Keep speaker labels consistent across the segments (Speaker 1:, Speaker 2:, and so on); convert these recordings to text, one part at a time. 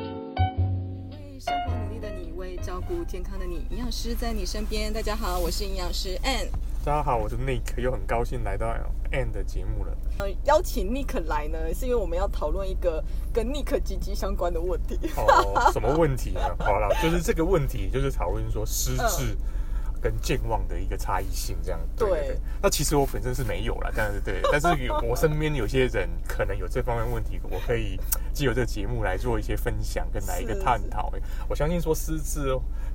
Speaker 1: 为生活努力的你，为照顾健康的你，营养师在你身边。大家好，我是营养师 Ann，
Speaker 2: 大家好，我是 Nick，又很高兴来到 End 的节目了。
Speaker 1: 呃邀请 Nick 来呢，是因为我们要讨论一个跟 Nick 积极相关的问题。
Speaker 2: 哦，什么 问题呢？好了，就是这个问题，就是讨论说失
Speaker 1: 嗯
Speaker 2: 智跟健忘的一个差异性，这样。
Speaker 1: 对
Speaker 2: 对。那其实我本身是没有啦，但是对， 但是有我身边有些人可能有这方面问题，我可以借由这个节目来做一些分享，跟来一个
Speaker 1: 是
Speaker 2: 探讨。我相信说失智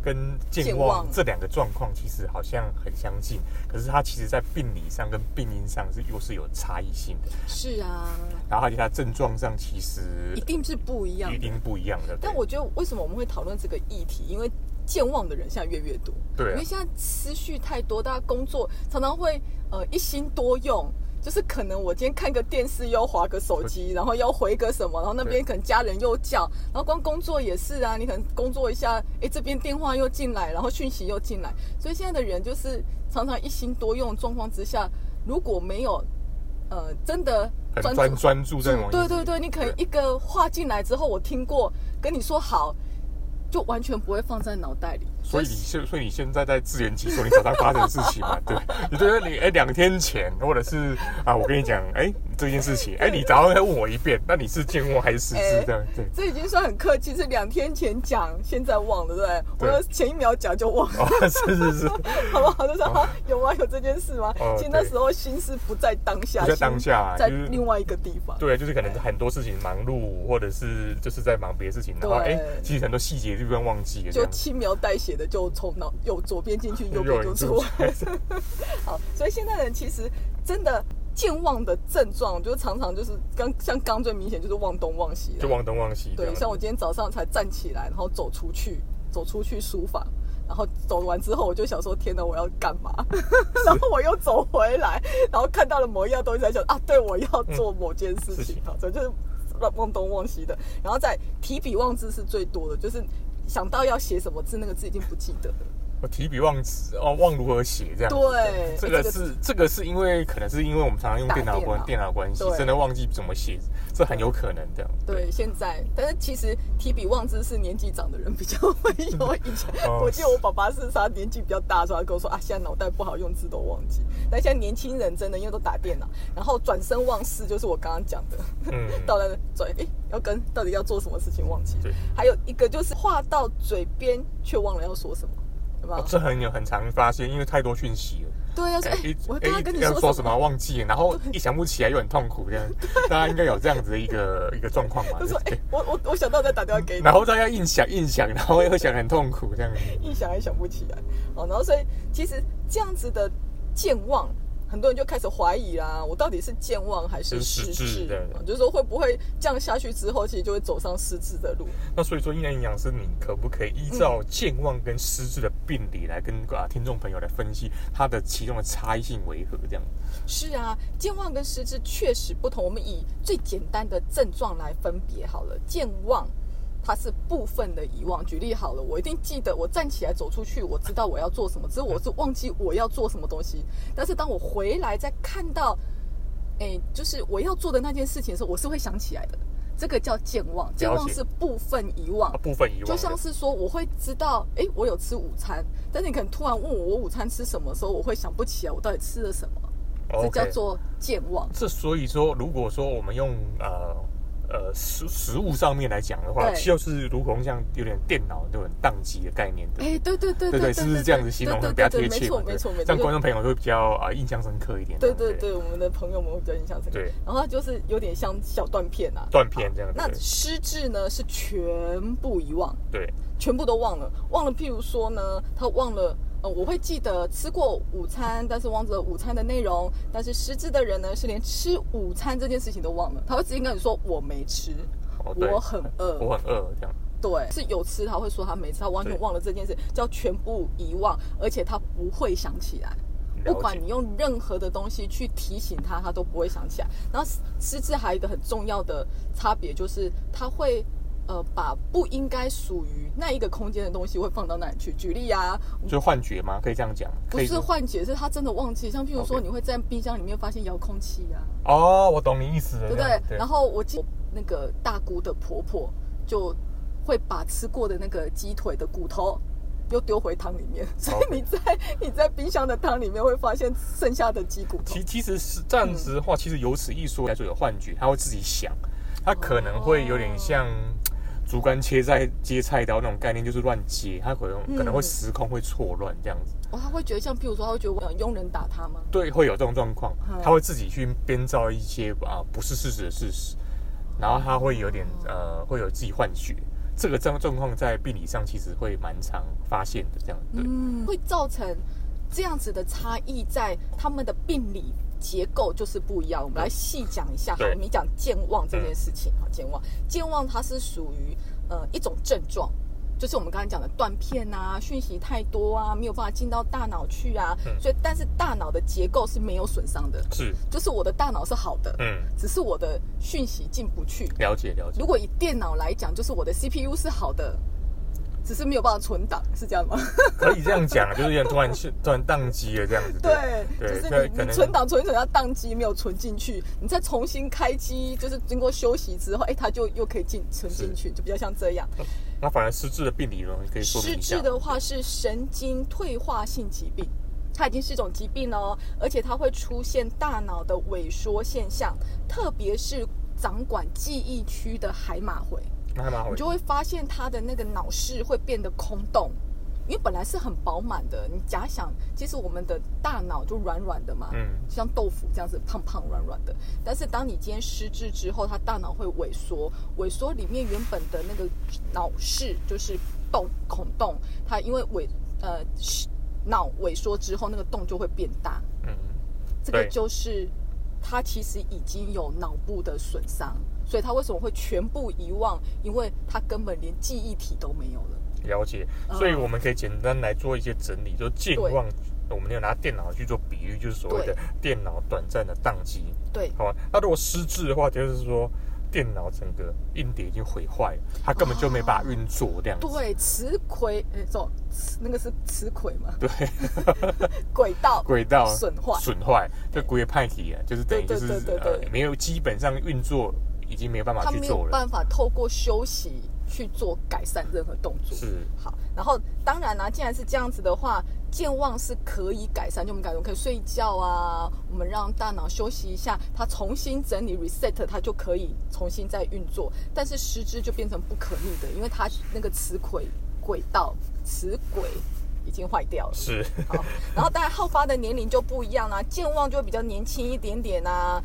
Speaker 2: 跟健
Speaker 1: 健
Speaker 2: 忘
Speaker 1: 忘
Speaker 2: 这两个状况其实好像很相近，可是它其实在病理上跟病因上是又是有差异性的，
Speaker 1: 是啊，
Speaker 2: 然后而且它症状上其实
Speaker 1: 一定是不一样
Speaker 2: 一
Speaker 1: 的。
Speaker 2: 定不一样的。对
Speaker 1: 但我觉得为什么我们会讨论这个议题？因为健忘的人现在越来越多，
Speaker 2: 对啊
Speaker 1: 因为现在思绪太多，大家工作常常会呃一心多用。就是可能我今天看个电视，又划个手机，然后又回个什么，然后那边可能家人又叫，然后光工作也是啊，你可能工作一下，哎，这边电话又进来，然后讯息又进来，所以现在的人就是常常一心多用的状况之下，如果没有呃真的
Speaker 2: 很专专注在某一
Speaker 1: 对
Speaker 2: 个
Speaker 1: 对对，你可能
Speaker 2: 对
Speaker 1: 一个话进来之后，我听过，跟你说好，就完全不会放在脑袋里。
Speaker 2: 所以你现所以你现在在自圆其说，你早上发生的事情 嘛，对，你觉得你哎两天前或者是啊，我跟你讲哎这件事情，哎你早上再问我一遍，那你是健忘还是失智
Speaker 1: 哎
Speaker 2: 这样？对，
Speaker 1: 这已经算很客气，是两天前讲，现在忘了，对不对？
Speaker 2: 对
Speaker 1: 我前一秒讲就忘了，
Speaker 2: 哦 是是是，
Speaker 1: 好不好？就说啊，有吗？有这件事吗？
Speaker 2: 哦
Speaker 1: 其实那
Speaker 2: 对
Speaker 1: 时候心思不在当下，
Speaker 2: 不在当下啊
Speaker 1: 心在
Speaker 2: 就是
Speaker 1: 另外一个地方。
Speaker 2: 对，啊就是可能很多事情忙碌，或者是就是在忙别的事情，然后
Speaker 1: 对
Speaker 2: 哎其实很多细节就被忘记了这
Speaker 1: 就
Speaker 2: 样。
Speaker 1: 轻描淡写的就从脑右左边进去，右边就出来。 好，所以现在人其实真的健忘的症状，就是常常就是刚像刚最明显就是忘东忘西啦，
Speaker 2: 就忘东忘西这
Speaker 1: 对，
Speaker 2: 样。
Speaker 1: 像我今天早上才站起来，然后走出去，走出去书房，然后走完之后，我就想说，天哪，我要干嘛？ 然后我又走回来，然后看到了某一样东西，才想啊，对，我要做某件事
Speaker 2: 嗯事
Speaker 1: 情
Speaker 2: 情，
Speaker 1: 好、所以就是忘忘东忘西的。然后再提笔忘字是最多的，就是想到要写什么字，那个字已经不记得了。
Speaker 2: 我呃提笔忘词哦，忘如何写这样子。
Speaker 1: 对哎
Speaker 2: 这
Speaker 1: 这
Speaker 2: 个
Speaker 1: 个
Speaker 2: 是这个是因为可能是因为我们常常用
Speaker 1: 打
Speaker 2: 电脑关
Speaker 1: 电
Speaker 2: 电脑关系
Speaker 1: 对，
Speaker 2: 真的忘记怎么写，这很有可能的。
Speaker 1: 对，现在，但是其实提笔忘字是年纪长的人比较会有。以前、
Speaker 2: 哦
Speaker 1: 我记得我爸爸是他年纪比较大的时候，他跟我说啊，现在脑袋不好用字都忘记。但现在年轻人真的因为都打电脑，然后转身忘事，就是我刚刚讲的，
Speaker 2: 嗯，
Speaker 1: 到了转诶，要跟到底要做什么事情忘记。
Speaker 2: 对
Speaker 1: 还有一个就是话到嘴边却忘了要说什么，有没
Speaker 2: 哦
Speaker 1: 有？
Speaker 2: 这很有很常发现，因为太多讯息了。
Speaker 1: 对，要说哎、
Speaker 2: 一
Speaker 1: 我
Speaker 2: 哎
Speaker 1: 刚刚跟你
Speaker 2: 要
Speaker 1: 说
Speaker 2: 说
Speaker 1: 什
Speaker 2: 什
Speaker 1: 么？
Speaker 2: 么忘记了，然后一想不起来又很痛苦，这样大家应该有这样子的一个一个状况嘛
Speaker 1: 就。说哎、
Speaker 2: 对
Speaker 1: 我我我想到再打电话给你。
Speaker 2: 然后大家硬想硬想，然后又想很痛苦这样子。
Speaker 1: 一想也想不起来。哦，然后所以其实这样子的健忘，很多人就开始怀疑啦，我到底是健忘还是
Speaker 2: 是
Speaker 1: 失
Speaker 2: 失
Speaker 1: 智
Speaker 2: 智？的
Speaker 1: 哦就是说会不会这样下去之后，其实就会走上失智的路？
Speaker 2: 那所以说，依然营养师，你可不可以依照健忘跟失智的病理来跟啊听众朋友来分析它的其中的差异性为何？这样
Speaker 1: 是啊，健忘跟失智确实不同。我们以最简单的症状来分别好了，健忘。它是部分的遗忘。举例好了，我一定记得我站起来走出去，我知道我要做什么，只是我是忘记我要做什么东西。但是当我回来再看到哎，就是我要做的那件事情的时候，我是会想起来的。这个叫健忘，健忘是部分遗忘
Speaker 2: 啊，部分遗忘的，
Speaker 1: 就像是说我会知道，哎，我有吃午餐，但是你可能突然问我我午餐吃什么的时候，我会想不起来我到底吃了什么，这
Speaker 2: 哦 OK
Speaker 1: 叫做健忘。
Speaker 2: 这所以说，如果说我们用呃呃食食物上面来讲的话，
Speaker 1: 对
Speaker 2: 就是如同像有点电脑这种宕机的概念，对不对
Speaker 1: 哎，对对对
Speaker 2: 对
Speaker 1: 对，
Speaker 2: 对，是不是这样子形容
Speaker 1: 对
Speaker 2: 会比
Speaker 1: 对
Speaker 2: 较
Speaker 1: 对
Speaker 2: 贴
Speaker 1: 对
Speaker 2: 切
Speaker 1: 没
Speaker 2: 嘛？
Speaker 1: 错没错没错，
Speaker 2: 让观众朋友会比较啊印象深刻一点。
Speaker 1: 对对对，我们的朋友们会比较印象深刻
Speaker 2: 对。
Speaker 1: 然后它就是有点像小断片啊。
Speaker 2: 断片这样子。
Speaker 1: 那失智呢是全部遗忘，
Speaker 2: 对
Speaker 1: 全部都忘了，忘了。譬如说呢，他忘了，呃，我会记得吃过午餐，但是忘记了午餐的内容。但是失智的人呢，是连吃午餐这件事情都忘了，他会直接跟你说我没吃，
Speaker 2: 哦对，
Speaker 1: 我很饿，
Speaker 2: 我很饿这样。
Speaker 1: 对，是有吃他会说他没吃，他完全
Speaker 2: 对
Speaker 1: 忘了这件事，叫全部遗忘，而且他不会想起来。
Speaker 2: 了解
Speaker 1: 不管你用任何的东西去提醒他，他都不会想起来。然后失失智还有一个很重要的差别就是，他会呃，把不应该属于那一个空间的东西会放到那里去。举例啊，
Speaker 2: 就幻觉吗？可以这样讲？
Speaker 1: 不
Speaker 2: 可以
Speaker 1: 是幻觉，是他真的忘记。像譬如说，
Speaker 2: OK
Speaker 1: 你会在冰箱里面发现遥控器啊，
Speaker 2: 哦，我懂你意思了，
Speaker 1: 对不
Speaker 2: 这样
Speaker 1: 对？然后我记那个大姑的婆婆就会把吃过的那个鸡腿的骨头。又丢回汤里面，所以
Speaker 2: OK
Speaker 1: 你在 你在冰箱的汤里面会发现剩下的鸡骨头。
Speaker 2: 其其实是这样子的话，其实由此一说来说有幻觉，他会自己想，他可能会有点像
Speaker 1: 哦
Speaker 2: 竹竿切菜接菜刀那种概念，就是乱接，他可能可能会
Speaker 1: 嗯
Speaker 2: 时空会错乱这样子，
Speaker 1: 哦，他会觉得像，譬如说，他会觉得呃佣人打他吗？
Speaker 2: 对，会有这种状况
Speaker 1: 嗯，
Speaker 2: 他会自己去编造一些啊不是事实的事实，然后他会有点呃会有自己幻觉，这个这样状况在病理上其实会蛮常发现的这样，对，
Speaker 1: 嗯，会造成这样子的差异，在他们的病理结构就是不一样。我们来细讲一下，好，
Speaker 2: 对嗯
Speaker 1: 我们讲健忘这件事情。好，健忘，健忘它是属于呃一种症状。就是我们刚才讲的断片啊，讯息太多啊，没有办法进到大脑去啊，
Speaker 2: 嗯
Speaker 1: 所以但是大脑的结构是没有损伤的，
Speaker 2: 是，
Speaker 1: 就是我的大脑是好的，
Speaker 2: 嗯，
Speaker 1: 只是我的讯息进不去。
Speaker 2: 了解了解
Speaker 1: 如。果以电脑来讲，就是我的 CPU 是好的，只是没有办法存档，是这样吗？
Speaker 2: 可以这样讲，就是有点突然是突然宕机了这样子。
Speaker 1: 对，
Speaker 2: 对，
Speaker 1: 就是
Speaker 2: 可
Speaker 1: 你你
Speaker 2: 能
Speaker 1: 存档存一存，它宕机没有存进去，你再重新开机，就是经过休息之后，哎，它就又可以进存进去，就比较像这样。
Speaker 2: 那反而失智的病理论可以说
Speaker 1: 失
Speaker 2: 明一下
Speaker 1: 智。的话是神经退化性疾病，它已经是一种疾病了哦，而且它会出现大脑的萎缩现象，特别是掌管记忆区的海马回。
Speaker 2: 那还蛮好
Speaker 1: 你
Speaker 2: 的
Speaker 1: 就。会发现他的那个脑室会变得空洞，因为本来是很饱满的。你假想，其实我们的大脑就软软的嘛，
Speaker 2: 嗯
Speaker 1: 就像豆腐这样子胖胖软软的。但是当你今天失智之后，它大脑会萎缩，萎缩里面原本的那个脑室就是洞孔洞，它因为萎呃是脑萎缩之后，那个洞就会变大。
Speaker 2: 嗯，
Speaker 1: 这个
Speaker 2: 对
Speaker 1: 就是他其实已经有脑部的损伤，所以他为什么会全部遗忘？因为他根本连记忆体都没有了。
Speaker 2: 了解。
Speaker 1: 嗯
Speaker 2: 所以我们可以简单来做一些整理，就健
Speaker 1: 对
Speaker 2: 忘。我们有拿电脑去做比喻，就是所谓的电脑短暂的宕机，
Speaker 1: 对，
Speaker 2: 好吧？那如果失智的话，就是说电脑整个硬碟已经毁坏了，它根本就没办法运作这样子。
Speaker 1: 对，磁轨，哎、这种磁那个是磁轨嘛？
Speaker 2: 对，
Speaker 1: 轨道，
Speaker 2: 轨道
Speaker 1: 损坏
Speaker 2: 损坏，就轨派体啊，就是等于
Speaker 1: 对
Speaker 2: 就
Speaker 1: 对
Speaker 2: 是
Speaker 1: 对对
Speaker 2: 呃
Speaker 1: 对
Speaker 2: 没有基本上运作，已经没有办法
Speaker 1: 他
Speaker 2: 去
Speaker 1: 没有
Speaker 2: 做了。
Speaker 1: 办法透过休息去做改善任何动作。
Speaker 2: 是，
Speaker 1: 好，然后当然啦、既然是这样子的话，健忘是可以改善，就我们改我们可以睡觉啊，我们让大脑休息一下，它重新整理 reset，它就可以重新再运作。但是失智就变成不可逆的，因为它那个磁轨轨道磁轨已经坏掉了。
Speaker 2: 是，
Speaker 1: 好，然后当然好发的年龄就不一样啦、健忘就会比较年轻一点点啊。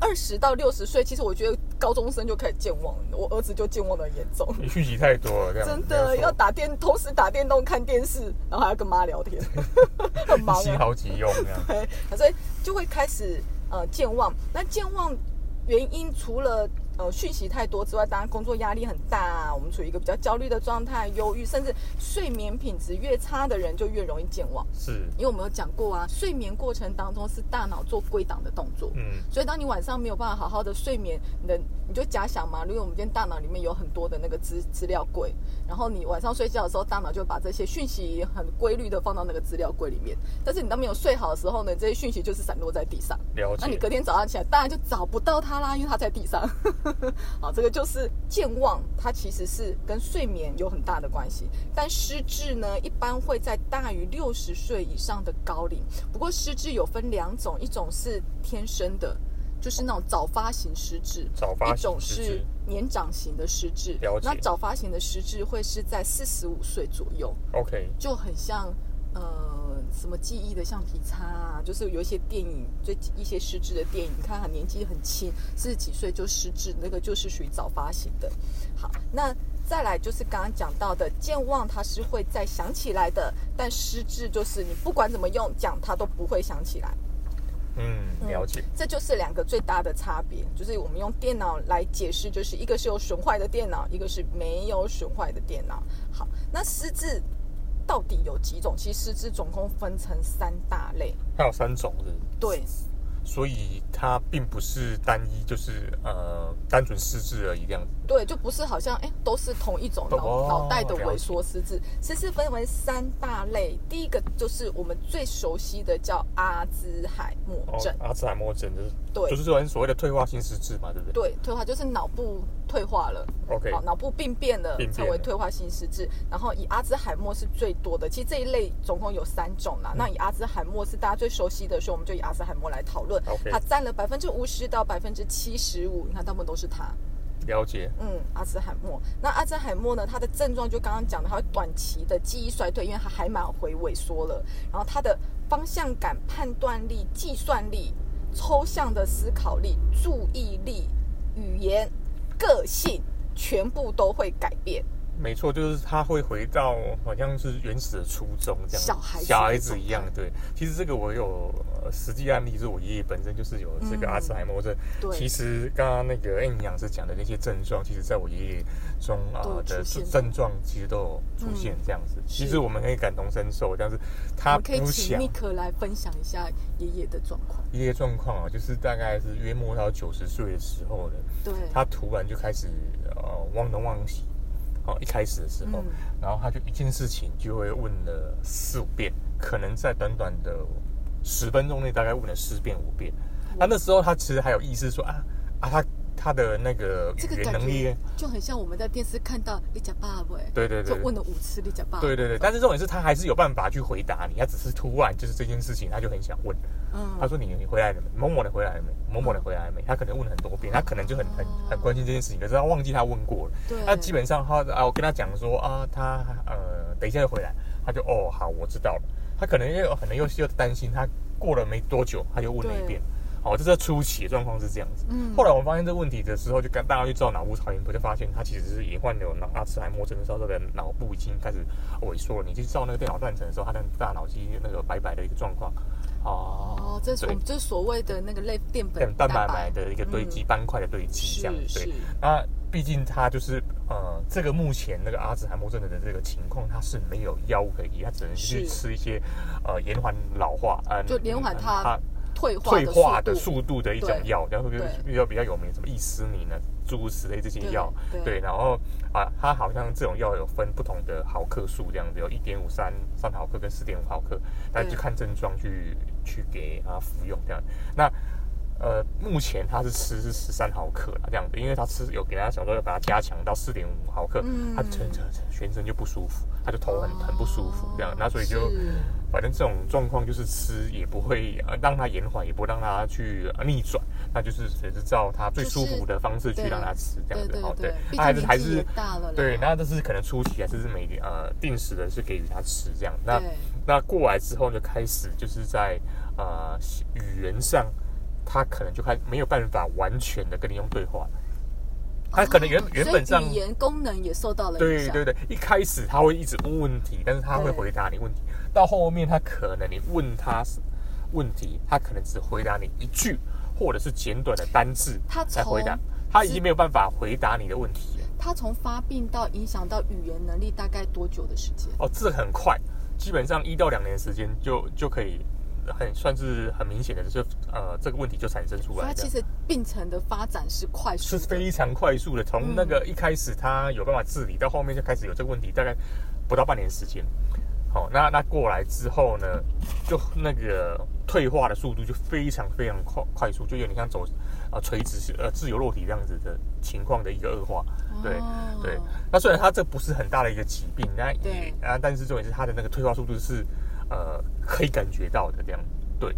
Speaker 1: 二十到六十岁，其实我觉得高中生就开始健忘了，我儿子就健忘的严重。
Speaker 2: 你续集太多了，这样
Speaker 1: 真
Speaker 2: 啊
Speaker 1: 的
Speaker 2: 没有错
Speaker 1: 要打电，同时打电动、看电视，然后还要跟妈聊 天，很忙
Speaker 2: 一心
Speaker 1: 啊。
Speaker 2: 好几用这样。
Speaker 1: 对，所以就会开始呃健忘。那健忘原因除了呃讯息太多之外，当然工作压力很大、啊，我们处于一个比较焦虑的状态，忧郁，甚至睡眠品质越差的人就越容易健忘。
Speaker 2: 是，
Speaker 1: 因为我们有讲过啊，睡眠过程当中是大脑做归档的动作，
Speaker 2: 嗯，
Speaker 1: 所以当你晚上没有办法好好的睡眠，你的你就假想嘛，如果我们今天大脑里面有很多的那个资资料柜，然后你晚上睡觉的时候，大脑就会把这些讯息很规律的放到那个资料柜里面。但是你当没有睡好的时候呢，这些讯息就是散落在地上。
Speaker 2: 了
Speaker 1: 那你
Speaker 2: 解。
Speaker 1: 隔天早上起来，当然就找不到它啦，因为它在地上。 好，这个就是健忘，它其实是跟睡眠有很大的关系。但失智呢，一般会在大于六十岁以上的高龄。不过失智有分两种，一种是天生的，就是那种早发型失智；
Speaker 2: 早发
Speaker 1: 一种
Speaker 2: 型失
Speaker 1: 是
Speaker 2: 智
Speaker 1: 年长型的失智。
Speaker 2: 了解
Speaker 1: 那早发型的失智会是在四十五岁左右。
Speaker 2: OK，
Speaker 1: 就很像呃什么记忆的橡皮擦啊，就是有一些电影，最一些失智的电影，你看他年纪很轻，四十几岁就失智，那个就是属于早发型的。好，那再来就是刚刚讲到的健忘，它是会再想起来的，但失智就是你不管怎么用讲，它都不会想起来。
Speaker 2: 嗯，了解。
Speaker 1: 这就是两个最大的差别，就是我们用电脑来解释，就是一个是有损坏的电脑，一个是没有损坏的电脑。好，那失智到底有几种？其实失智总共分成三大类。
Speaker 2: 它有三种是不是
Speaker 1: 对，
Speaker 2: 所以它并不是单一，就是呃单纯失智而已这样子。
Speaker 1: 对，就不是好像哎、诶都是同一种
Speaker 2: 都
Speaker 1: 脑
Speaker 2: 哦
Speaker 1: 脑袋的
Speaker 2: 了解
Speaker 1: 萎缩失智。失智分为三大类，第一个就是我们最熟悉的叫阿兹海默
Speaker 2: 哦
Speaker 1: 症，，
Speaker 2: 阿兹海默症就是
Speaker 1: 对
Speaker 2: 就是说所谓的退化性失智嘛，对不对？
Speaker 1: 对，退化就是脑部退化了。
Speaker 2: OK，
Speaker 1: 好，脑部病变了
Speaker 2: 病变
Speaker 1: 才为
Speaker 2: 了
Speaker 1: 退化性失智，然后以阿兹海默是最多的。其实这一类总共有三种
Speaker 2: 嗯
Speaker 1: 啦，那以阿兹海默是大家最熟悉的，所以我们就以阿兹海默来讨论
Speaker 2: OK
Speaker 1: 它占了百分之五十到百分之七十五，你看大部分都是它。
Speaker 2: 了解。
Speaker 1: 嗯，阿兹海默。那阿兹海默呢？它的症状就刚刚讲的，它会短期的记忆衰退，因为它海马回萎缩了。然后它的方向感、判断力、计算力、抽象的思考力、注意力、语言、个性，全部都会改变。
Speaker 2: 没错，就是他会回到好像是原始的初衷这样，
Speaker 1: 小孩子
Speaker 2: 小孩子一样。对，其实这个我有、呃实际案例，就是我爷爷本身就是有这个
Speaker 1: 嗯
Speaker 2: 阿兹海默症。
Speaker 1: 对
Speaker 2: 其实刚刚那个营养师讲的那些症状，其实在我爷爷中啊、
Speaker 1: 都有
Speaker 2: 的
Speaker 1: 出现嗯
Speaker 2: 症状，其实都有出现这样子。其
Speaker 1: 是
Speaker 2: 实我们可以感同身受，但是
Speaker 1: 我
Speaker 2: 他
Speaker 1: 们可以
Speaker 2: 不
Speaker 1: 请
Speaker 2: 想。
Speaker 1: 尼克来分享一下爷爷的状况。
Speaker 2: 爷爷状况啊，就是大概是约莫到九十岁的时候了，
Speaker 1: 对，
Speaker 2: 他突然就开始呃忘东忘西。哦，一开始的时候，
Speaker 1: 嗯
Speaker 2: 然后他就一件事情就会问了四五遍，可能在短短的十分钟内大概问了四遍五遍。
Speaker 1: 嗯
Speaker 2: 啊，那时候他其实还有意识说啊啊，他他的那个
Speaker 1: 这个
Speaker 2: 语言
Speaker 1: 感
Speaker 2: 能力
Speaker 1: 觉，就很像我们在电视看到你讲爸爸，
Speaker 2: 对对
Speaker 1: 就
Speaker 2: 对，
Speaker 1: 问了五次你讲爸爸，
Speaker 2: 对对对。但是重点是他还是有办法去回答你，他只是突然就是这件事情他就很想问。
Speaker 1: 嗯
Speaker 2: 他说你你回来了没？某某的回来了没？某某的回来了没？他可能问了很多遍，他可能就很很很关心这件事情，可是他忘记他问过了。
Speaker 1: 对
Speaker 2: 那基本上他啊，我跟他讲说啊，他呃等一下就回来，他就哦好，我知道了。他可能又哦可能又又担心他过了没多久，他又问了一遍。好，这是初期的状况是这样子。
Speaker 1: 嗯
Speaker 2: 后来我们发现这个问题的时候，就跟大家去照脑部超音波，就发现他其实是也患有脑啊阿兹海默症的时候，他的脑部已经开始萎缩了。你去照那个电脑断层的时候，他的大脑肌那个白白的一个状况。哦
Speaker 1: 哦，这是我
Speaker 2: 对
Speaker 1: 们就是所谓的那个类淀粉
Speaker 2: 跟蛋白
Speaker 1: 白
Speaker 2: 嗯埋的一个堆积，斑块的堆积这样
Speaker 1: 是
Speaker 2: 子。
Speaker 1: 是
Speaker 2: 对，那毕竟它就是呃，这个目前那个阿兹海默症的这个情况，它是没有药物可以医，它只能
Speaker 1: 是
Speaker 2: 去吃一些呃延缓老化，呃，
Speaker 1: 就延缓它退化
Speaker 2: 退化的
Speaker 1: 的
Speaker 2: 速度的一种
Speaker 1: 对
Speaker 2: 药，然后比
Speaker 1: 对
Speaker 2: 比较比较有名，什么益斯宁呢，诸如此类这些
Speaker 1: 对
Speaker 2: 药，
Speaker 1: 对
Speaker 2: 然后啊，它好像这种药有分不同的毫克数，这样子有一点五三三毫克跟四点五毫克，那
Speaker 1: 对
Speaker 2: 就看症状去去给它服用这样。那呃，目前他是吃是十三毫克啦，这样子，因为他吃有给他想说要把它加强到四点五毫克，
Speaker 1: 嗯
Speaker 2: 他全全全身就不舒服，他就头很很不舒服这样，那所以就是反正这种状况就是吃也不会呃让它延缓，也不让它去呃逆转，那就是只是照它最舒服的方式去
Speaker 1: 对
Speaker 2: 让它吃这样
Speaker 1: 对
Speaker 2: 子
Speaker 1: 对
Speaker 2: 哦，
Speaker 1: 对毕
Speaker 2: 那还是
Speaker 1: 竟
Speaker 2: 还
Speaker 1: 年纪也
Speaker 2: 是
Speaker 1: 大了啦
Speaker 2: 对，那这是可能初期还是是每呃定时的是给予它吃这样，那
Speaker 1: 对
Speaker 2: 那过来之后就开始就是在呃语言上，它可能就开没有办法完全的跟你用对话，它可能原、
Speaker 1: 哦
Speaker 2: 原
Speaker 1: 所以
Speaker 2: 本上
Speaker 1: 语言功能也受到了影
Speaker 2: 对
Speaker 1: 响，
Speaker 2: 对对，一开始他会一直问问题，但是他会
Speaker 1: 对
Speaker 2: 回答你问题。到后面他可能你问他问题，他可能只回答你一句，或者是简短的单字
Speaker 1: 他
Speaker 2: 才回答
Speaker 1: 从，
Speaker 2: 他已经没有办法回答你的问题了。
Speaker 1: 它从发病到影响到语言能力大概多久的时间？
Speaker 2: 哦，这很快，基本上一到两年的时间就就可以很算是很明显的，就是呃这个问题就产生出
Speaker 1: 所以它
Speaker 2: 来这样。
Speaker 1: 其实病程的发展是快速的，
Speaker 2: 是非常快速的，从那个一开始他有办法治理，到后面就开始有这个问题，大概不到半年时间。好，那那过来之后呢，就那个退化的速度就非常非常快快速，就有点像走啊、呃垂直式呃自由落体这样子的情况的一个恶化。对、
Speaker 1: 哦
Speaker 2: 对，那虽然它这不是很大的一个疾病，那也
Speaker 1: 对
Speaker 2: 啊，但是重点是它的那个退化速度是呃可以感觉到的这样。对。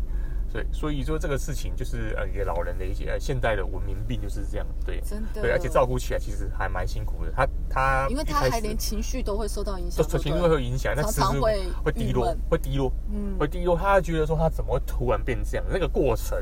Speaker 2: 所以，所以说这个事情就是呃，给老人的一些呃现代的文明病就是这样，对，
Speaker 1: 真的
Speaker 2: 对，而且照顾起来其实还蛮辛苦的。他他
Speaker 1: 因为
Speaker 2: 一
Speaker 1: 它
Speaker 2: 开
Speaker 1: 还
Speaker 2: 始
Speaker 1: 连情绪都会受到影响，
Speaker 2: 这
Speaker 1: 对
Speaker 2: 情
Speaker 1: 不
Speaker 2: 绪
Speaker 1: 对
Speaker 2: 会有影响，那
Speaker 1: 常
Speaker 2: 吃
Speaker 1: 常
Speaker 2: 是
Speaker 1: 会
Speaker 2: 会
Speaker 1: 郁
Speaker 2: 低落
Speaker 1: 闷，
Speaker 2: 会低落，
Speaker 1: 嗯
Speaker 2: 会低落。他觉得说他怎么会突然变这样？那个过程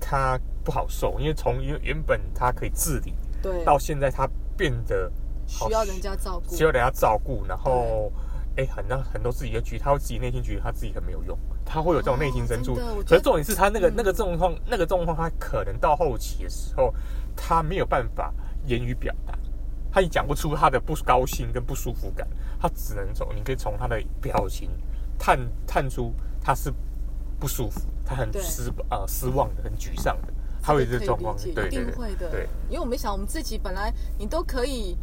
Speaker 2: 他不好受，因为从原原本他可以自理，
Speaker 1: 对，
Speaker 2: 到现在他变得好
Speaker 1: 需要人家照顾
Speaker 2: 需，要人家照顾，然后哎，很让很多自己的局，他会自己内心觉得他自己很没有用，他会有这种内心深处。
Speaker 1: 哦真的我觉得嗯
Speaker 2: 可是重点是他那个、那个状况，那个状况，他可能到后期的时候，他没有办法言语表达，他也讲不出他的不高兴跟不舒服感，他只能从你可以从他的表情探探出他是不舒服，他很
Speaker 1: 对
Speaker 2: 失呃失望的，很沮丧的，他会有这个状况，
Speaker 1: 可以
Speaker 2: 对
Speaker 1: 理解一
Speaker 2: 对
Speaker 1: 定会的。
Speaker 2: 对，
Speaker 1: 因为我们想，我们自己本来你都可以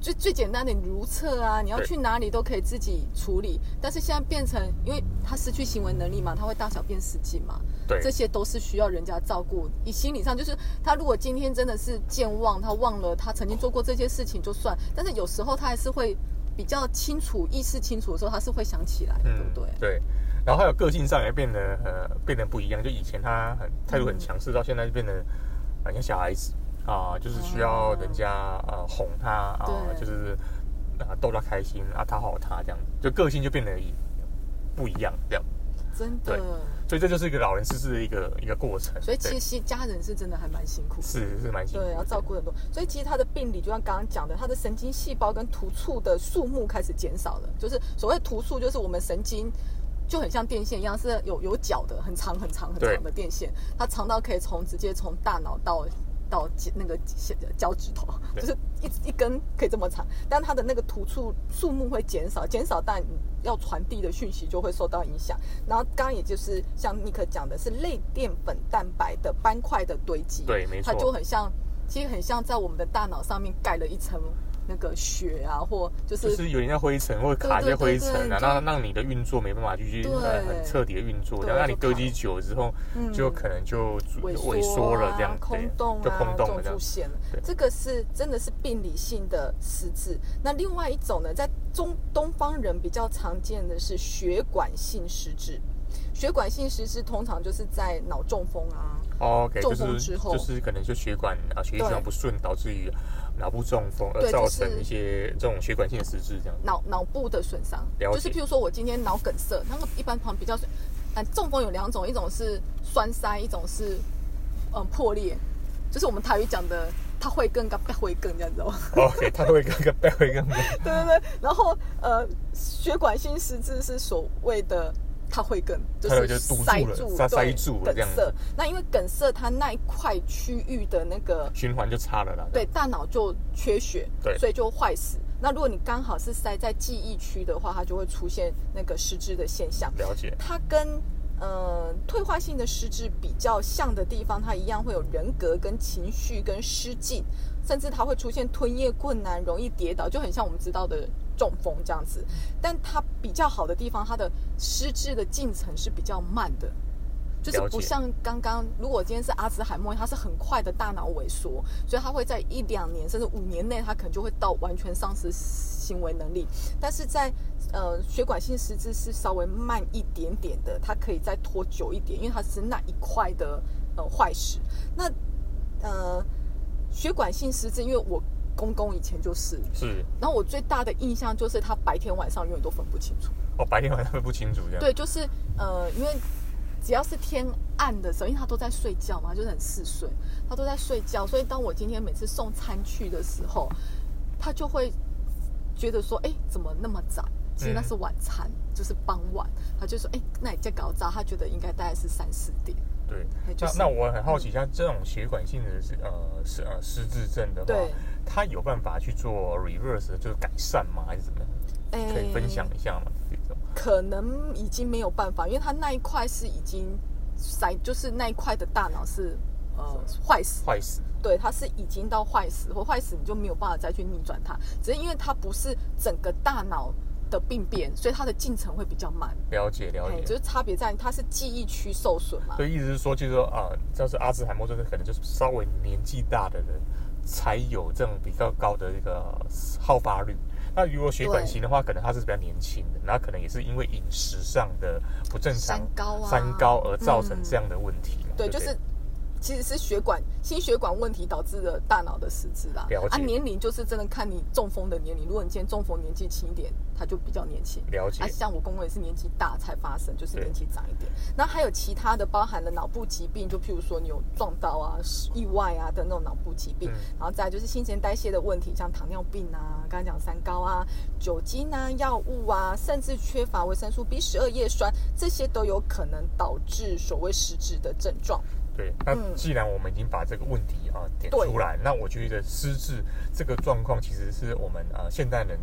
Speaker 1: 最最简单的如厕啊，你要
Speaker 2: 对
Speaker 1: 去哪里都可以自己处理，但是现在变成，因为他失去行为能力嘛，他会大小便失禁嘛，
Speaker 2: 对
Speaker 1: 这些都是需要人家照顾。以心理上，就是他如果今天真的是健忘，他忘了他曾经做过这些事情就算，但是有时候他还是会比较清楚、意识清楚的时候，他是会想起来的，对不对？
Speaker 2: 嗯对。然后还有个性上也变得呃变得不一样，就以前他很态度很强势，到现在就变得很像小孩子啊、就是需要人家呃哄他啊、
Speaker 1: 哦对
Speaker 2: 就是啊、逗他开心啊，讨好他这样，就个性就变得不一样这样。
Speaker 1: 真的
Speaker 2: 对。所以这就是一个老人失智的一个一个过程。
Speaker 1: 所以其
Speaker 2: 对
Speaker 1: 实家人是真的还蛮辛苦的。
Speaker 2: 是是蛮辛苦的，
Speaker 1: 对，要照顾很多，所以其实他的病理就像刚刚讲的，他的神经细胞跟突触的数目开始减少了。就是所谓突触，就是我们神经就很像电线一样，是有有角的，很长很长很
Speaker 2: 对
Speaker 1: 长的电线，它长到可以从直接从大脑到到脚那个脚脚趾头，
Speaker 2: 对
Speaker 1: 就是一一根可以这么长，但它的那个突触数目会减少，减少但要传递的讯息就会受到影响。然后刚刚也就是像尼克讲的是类淀粉蛋白的斑块的堆积，
Speaker 2: 对没错
Speaker 1: 它就很像，其实很像在我们的大脑上面盖了一层那个雪啊，或就是、
Speaker 2: 就是有点像灰尘，会卡一
Speaker 1: 对对
Speaker 2: 些
Speaker 1: 对
Speaker 2: 灰尘啊，
Speaker 1: 对
Speaker 2: 让让你的运作没办法去
Speaker 1: 对
Speaker 2: 呃很彻底的运作，
Speaker 1: 对
Speaker 2: 然后让你
Speaker 1: 就
Speaker 2: 堆
Speaker 1: 卡
Speaker 2: 积久了之后，
Speaker 1: 嗯
Speaker 2: 就可能就
Speaker 1: 萎
Speaker 2: 缩了
Speaker 1: 啊
Speaker 2: 这样，对
Speaker 1: 空洞啊，
Speaker 2: 就空洞了这
Speaker 1: 就出。
Speaker 2: 样
Speaker 1: 现了
Speaker 2: 对。
Speaker 1: 这个是真的是病理性的失智。那另外一种呢，在中东方人比较常见的是血管性失智。血管性失智通常就是在脑中风啊，
Speaker 2: OK，就
Speaker 1: 中风
Speaker 2: 是
Speaker 1: 之后
Speaker 2: 就是可能就血管啊血液循环
Speaker 1: 对
Speaker 2: 不顺，导致于脑部中风，而
Speaker 1: 对
Speaker 2: 造
Speaker 1: 就是
Speaker 2: 成一些这种血管性的失智这样。
Speaker 1: 脑脑部的损伤，
Speaker 2: 了
Speaker 1: 就
Speaker 2: 解
Speaker 1: 是譬如说我今天脑梗塞，那个一般旁比较，呃，中风有两种，一种是栓塞，一种是嗯破裂，就是我们台语讲的，它会更跟会更这样子哦。
Speaker 2: OK，它会跟个背会跟个
Speaker 1: 对对对，然后呃，血管性失智是所谓的它会梗，就
Speaker 2: 它有就是堵住
Speaker 1: 塞
Speaker 2: 了
Speaker 1: 住，
Speaker 2: 塞
Speaker 1: 对
Speaker 2: 塞住了
Speaker 1: 梗
Speaker 2: 这样
Speaker 1: 塞
Speaker 2: 子。
Speaker 1: 那因为梗塞它那一块区域的那个
Speaker 2: 循环就差了啦。这
Speaker 1: 对
Speaker 2: 样，
Speaker 1: 大脑就缺血，
Speaker 2: 对
Speaker 1: 所以就坏死。那如果你刚好是塞在记忆区的话，它就会出现那个失智的现象。
Speaker 2: 了解。
Speaker 1: 它跟呃退化性的失智比较像的地方，它一样会有人格、跟情绪、跟失禁，甚至它会出现吞咽困难、容易跌倒，就很像我们知道的中风这样子。但它比较好的地方，它的失智的进程是比较慢的。就是
Speaker 2: 了解
Speaker 1: 不像刚刚，如果今天是阿兹海默，它是很快的大脑萎缩，所以它会在一两年甚至五年内，它可能就会到完全丧失行为能力。但是在呃血管性失智是稍微慢一点点的，它可以再拖久一点，因为它只是那一块的呃坏史。那呃血管性失智，因为我公公以前就是，
Speaker 2: 是
Speaker 1: 然后我最大的印象就是他白天晚上永远都分不清楚。
Speaker 2: 哦，白天晚上分不清楚这样。
Speaker 1: 对，就是呃，因为只要是天暗的时候，因为他都在睡觉嘛，他就是很嗜睡，他都在睡觉，所以当我今天每次送餐去的时候，他就会觉得说，哎，怎么那么早？其实那
Speaker 2: 嗯
Speaker 1: 是晚餐，就是傍晚，他就说，哎，那你在搞早，他觉得应该大概是三四点。
Speaker 2: 对，
Speaker 1: 对就
Speaker 2: 那
Speaker 1: 是
Speaker 2: 那我很好奇，像这种血管性的呃失呃失智症的话
Speaker 1: 对，
Speaker 2: 它有办法去做 reverse 就是改善吗？还是怎么样？可以分享一下吗？这种
Speaker 1: 哎可能已经没有办法，因为他那一块是已经塞，就是那一块的大脑是呃坏死
Speaker 2: 坏死
Speaker 1: 对，它是已经到坏死，或坏死你就没有办法再去逆转它，只是因为它不是整个大脑的病变，所以它的进程会比较慢。
Speaker 2: 了解了
Speaker 1: 哎，就
Speaker 2: 解。
Speaker 1: 是差别在于它是记忆区受损嘛
Speaker 2: 所，以意思是说，就是说啊，像是阿兹海默症，可能就是稍微年纪大的人才有这种比较高的这个好发率。那如果血管型的话，可能他是比较年轻的，那可能也是因为饮食上的不正常、
Speaker 1: 三高啊
Speaker 2: 三高而造成
Speaker 1: 嗯
Speaker 2: 这样的问题嘛。
Speaker 1: 对，
Speaker 2: 不
Speaker 1: 就是其实是血管心血管问题导致的大脑的失智啦
Speaker 2: 了。
Speaker 1: 啊，
Speaker 2: 解
Speaker 1: 年龄就是真的看你中风的年龄，如果你今天中风年纪轻一点，它就比较年轻。
Speaker 2: 了解
Speaker 1: 啊，像我公公也是年纪大才发生，就是
Speaker 2: 对
Speaker 1: 年纪长一点。那还有其他的，包含了脑部疾病，就譬如说你有撞到啊、是意外啊的那种脑部疾病，
Speaker 2: 嗯
Speaker 1: 然后再来就是新陈代谢的问题，像糖尿病啊、刚才讲三高啊、酒精啊、药物啊，甚至缺乏维生素 B 十二叶酸，这些都有可能导致所谓失智的症状。
Speaker 2: 对，那
Speaker 1: 嗯
Speaker 2: 既然我们已经把这个问题啊点
Speaker 1: 对
Speaker 2: 出来，那我觉得失智这个状况其实是我们呃现代人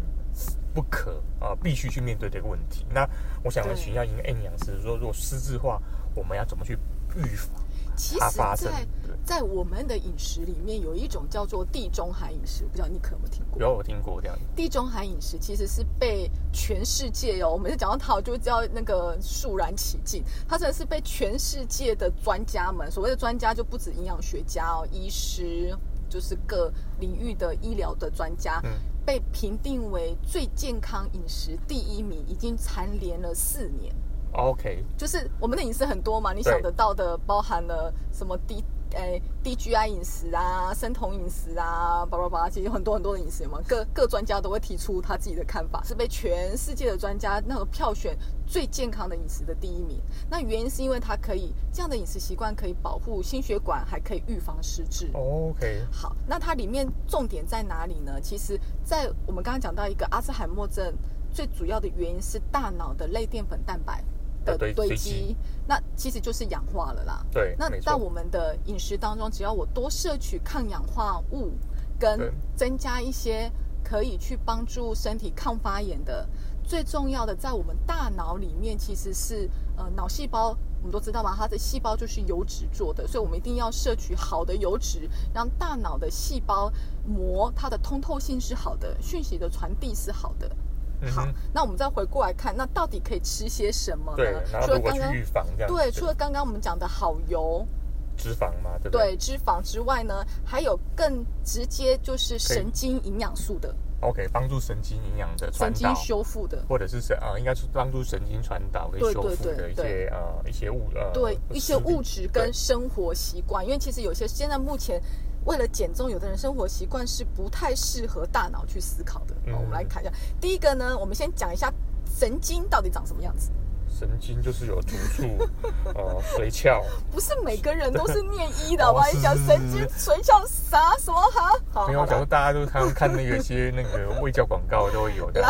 Speaker 2: 不可啊、呃必须去面对的一个问题。那我想
Speaker 1: 对
Speaker 2: 询一下营营养师说，如果失智化，我们要怎么去预防
Speaker 1: 其
Speaker 2: 它
Speaker 1: 实
Speaker 2: 发生
Speaker 1: 在，
Speaker 2: 对，
Speaker 1: 在我们的饮食里面有一种叫做地中海饮食，我不知道你可有没有听过？
Speaker 2: 有我听过这样，
Speaker 1: 地中海饮食其实是被全世界哦，我每次讲到它，我就知道那个肃然起敬。它真的是被全世界的专家们，所谓的专家就不止营养学家哦，医师，就是各领域的医疗的专家，
Speaker 2: 嗯
Speaker 1: 被评定为最健康饮食第一名，已经蝉联了四年。
Speaker 2: ，OK，
Speaker 1: 就是我们的饮食很多嘛，你
Speaker 2: 对
Speaker 1: 想得到的包含了什么低诶、DGI 饮食啊、生酮饮食啊，叭叭叭，其实有很多很多的饮食嘛，各各专家都会提出他自己的看法，是被全世界的专家那个票选最健康的饮食的第一名。那原因是因为它可以这样的饮食习惯可以保护心血管，还可以预防失智。
Speaker 2: OK，
Speaker 1: 好，那它里面重点在哪里呢？其实，在我们刚刚讲到一个阿兹海默症最主要的原因是大脑的类淀粉蛋白的
Speaker 2: 呃堆
Speaker 1: 堆
Speaker 2: 堆
Speaker 1: 积
Speaker 2: 积，
Speaker 1: 那其实就是氧化了啦。
Speaker 2: 对，
Speaker 1: 那
Speaker 2: 没
Speaker 1: 在
Speaker 2: 错，
Speaker 1: 我们的饮食当中，只要我多摄取抗氧化物，跟
Speaker 2: 对
Speaker 1: 增加一些可以去帮助身体抗发炎的，最重要的在我们大脑里面其实是呃脑细胞。我们都知道嘛，它的细胞就是油脂做的，所以我们一定要摄取好的油脂，让大脑的细胞膜它的通透性是好的，讯息的传递是好的。
Speaker 2: 嗯
Speaker 1: 好
Speaker 2: 哼，，
Speaker 1: 那我们再回过来看，那到底可以吃些什么
Speaker 2: 对
Speaker 1: 呢，？
Speaker 2: 然
Speaker 1: 除
Speaker 2: 后
Speaker 1: 了
Speaker 2: 如果
Speaker 1: 刚
Speaker 2: 去
Speaker 1: 刚
Speaker 2: 预防这样，
Speaker 1: 对，除了刚刚我们讲的好油，
Speaker 2: 脂肪嘛，对不
Speaker 1: 对脂肪之外呢，还有更直接就是神经营养素的、
Speaker 2: ？OK，帮助神经营养的传
Speaker 1: 神经
Speaker 2: 导。
Speaker 1: 修复的，
Speaker 2: 或者是神啊、呃，应该是帮助神经传导跟
Speaker 1: 对
Speaker 2: 修
Speaker 1: 对
Speaker 2: 复
Speaker 1: 对
Speaker 2: 的一
Speaker 1: 对
Speaker 2: 些呃一些物呃
Speaker 1: 对一些
Speaker 2: 食品
Speaker 1: 物质跟
Speaker 2: 对
Speaker 1: 生活习惯，因为其实有些现在目前为了减重，有的人生活习惯是不太适合大脑去思考的。好我们来
Speaker 2: 嗯
Speaker 1: 看一下，第一个呢，我们先讲一下神经到底长什么样子。
Speaker 2: 神经就是有突 触呃髓鞘，
Speaker 1: 不是每个人都是念医的，好吧？
Speaker 2: 哦
Speaker 1: 你讲
Speaker 2: 是
Speaker 1: 神经髓鞘啥什么哈？好，
Speaker 2: 没
Speaker 1: 好
Speaker 2: 有，假
Speaker 1: 啦
Speaker 2: 如大家都常看那个一些那个卫教广告都会有 的，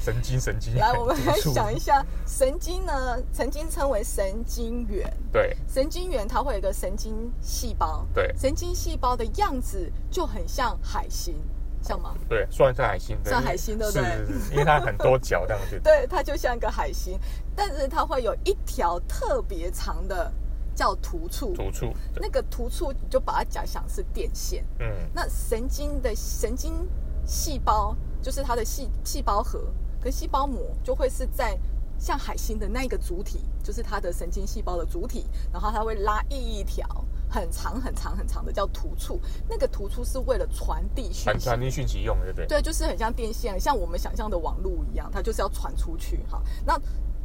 Speaker 2: 神经神经，
Speaker 1: 来，我们来
Speaker 2: 突触
Speaker 1: 想一下，神经呢，曾经称为神经元。
Speaker 2: 对
Speaker 1: 神经元它会有一个神经细胞，
Speaker 2: 对
Speaker 1: 神经细胞的样子就很像海星，像吗？
Speaker 2: 对，算是海星的，
Speaker 1: 算海星对不
Speaker 2: 是
Speaker 1: 对
Speaker 2: 是是，因为它很多脚这样子，
Speaker 1: 对，它就像个海星，但是它会有一条特别长的叫突触，
Speaker 2: 突触，对
Speaker 1: 那个突触你就把它假想是电线。
Speaker 2: 嗯，
Speaker 1: 那神经的神经细胞就是它的细细胞核跟细胞膜就会是在像海星的那一个主体，就是它的神经细胞的主体，然后它会拉一条很长很长很长的叫突触，那个突触是为了传递讯
Speaker 2: 传
Speaker 1: 息。
Speaker 2: 传递讯息用的，对不对？
Speaker 1: 对，就是很像电线，像我们想象的网路一样，它就是要传出去哈。那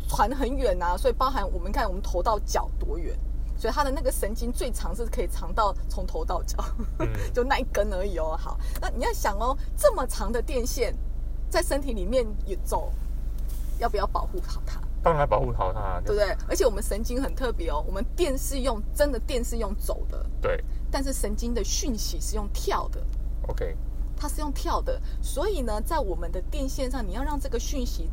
Speaker 1: 传很远啊，所以包含我们看我们头到脚多远，所以它的那个神经最长是可以长到从头到脚。
Speaker 2: 嗯，
Speaker 1: 就那一根而已哦。好，那你要想哦，这么长的电线在身体里面也走，要不要保护好它？
Speaker 2: 当然保护好它，
Speaker 1: 对不对？而且我们神经很特别哦，我们电是用真的电是用走的，
Speaker 2: 对
Speaker 1: 但是神经的讯息是用跳的，
Speaker 2: ，OK，
Speaker 1: 它是用跳的。所以呢，在我们的电线上，你要让这个讯息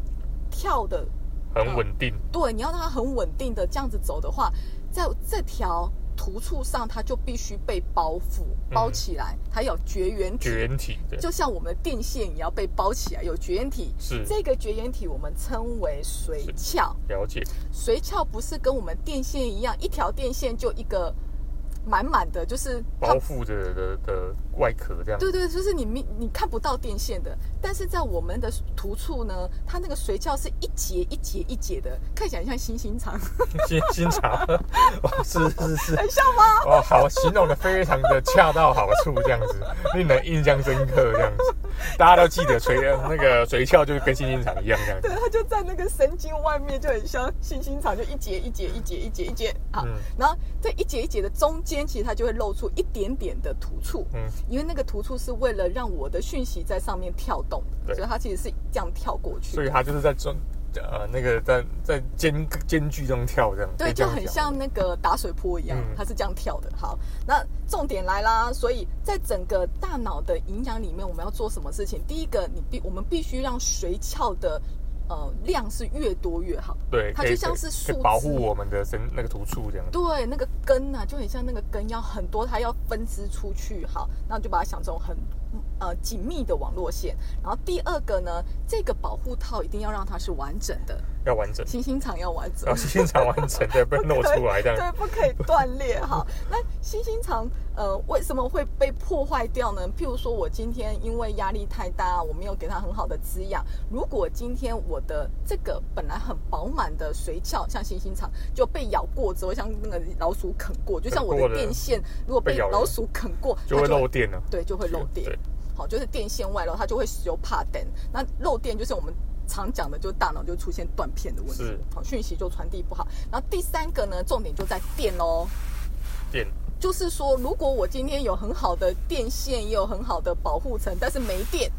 Speaker 1: 跳的
Speaker 2: 很稳定，
Speaker 1: 对，你要让它很稳定的这样子走的话，在这条途处上，它就必须被包覆、包
Speaker 2: 嗯
Speaker 1: 起来，它有绝缘体
Speaker 2: 绝缘体的，
Speaker 1: 就像我们的电线也要被包起来，有绝缘体。
Speaker 2: 是
Speaker 1: 这个绝缘体我们称为髓鞘。
Speaker 2: 了解，
Speaker 1: 髓鞘不是跟我们电线一样，一条电线就一个满满的，就是它
Speaker 2: 包。覆着的的外壳这样，
Speaker 1: 对对，就是你明你看不到电线的，但是在我们的图处呢，它那个髓鞘是一节一节一节的，看起来像星星肠，
Speaker 2: 新新茶， 哦，是是是，
Speaker 1: 很像吗？
Speaker 2: 哦，好，形容的非常的恰到好处，这样子令人印象深刻，这样子，大家都记得垂呃那个垂鞘就是跟星星肠一样这样
Speaker 1: 对，
Speaker 2: 子，
Speaker 1: 它就在那个神经外面，就很像星星肠，就一节一节一节一节一节好，
Speaker 2: 嗯
Speaker 1: 然后这一节一节的中间，其实它就会露出一点点的突触，
Speaker 2: 嗯，
Speaker 1: 因为那个突触是为了让我的讯息在上面跳动的，
Speaker 2: 对
Speaker 1: 所以它其实是这样跳过去
Speaker 2: 所
Speaker 1: 的。
Speaker 2: 以它就是在中呃那个在在间间距中跳这样，可
Speaker 1: 对，
Speaker 2: 以这
Speaker 1: 就
Speaker 2: 样
Speaker 1: 很
Speaker 2: 讲
Speaker 1: 像那个打水波一样
Speaker 2: 嗯，
Speaker 1: 它是这样跳的。好，那重点来啦，所以在整个大脑的营养里面，我们要做什么事情？第一个，你必我们必须让髓鞘的呃量是越多越好。
Speaker 2: 对，
Speaker 1: 它
Speaker 2: 可以
Speaker 1: 就像
Speaker 2: 可以
Speaker 1: 是
Speaker 2: 可以
Speaker 1: 树
Speaker 2: 保
Speaker 1: 枝
Speaker 2: 护我们的身那个突触这样，
Speaker 1: 对，啊那个根呢、就很像那个根要很多，它要分支出去。好，那就把它想成很呃紧密的网络线。然后第二个呢，这个保护套一定要让它是完整的，
Speaker 2: 要完整，哦
Speaker 1: 行星场要完整
Speaker 2: 要。现场完整的，不然弄出来这
Speaker 1: 对
Speaker 2: 样。，
Speaker 1: 不可以断裂哈。那新兴肠呃为什么会被破坏掉呢？譬如说我今天因为压力太大，我没有给它很好的滋养。如果今天我的这个本来很饱满的髓鞘，像新兴肠就被咬过之后，像那个老鼠啃过，就像我
Speaker 2: 啃过
Speaker 1: 的
Speaker 2: 了
Speaker 1: 电线如果
Speaker 2: 被
Speaker 1: 被
Speaker 2: 咬了
Speaker 1: 老鼠啃过，
Speaker 2: 就
Speaker 1: 它
Speaker 2: 会漏电了。
Speaker 1: 对，就会漏电
Speaker 2: 对。
Speaker 1: 好，就是电线外露，它就会有怕电。那漏电就是我们常讲的，就大脑就出现断片的问题
Speaker 2: 是，
Speaker 1: 好，讯息就传递不好。然后第三个呢，重点就在电哦。
Speaker 2: 电
Speaker 1: 就是说，如果我今天有很好的电线，也有很好的保护层，但是没电，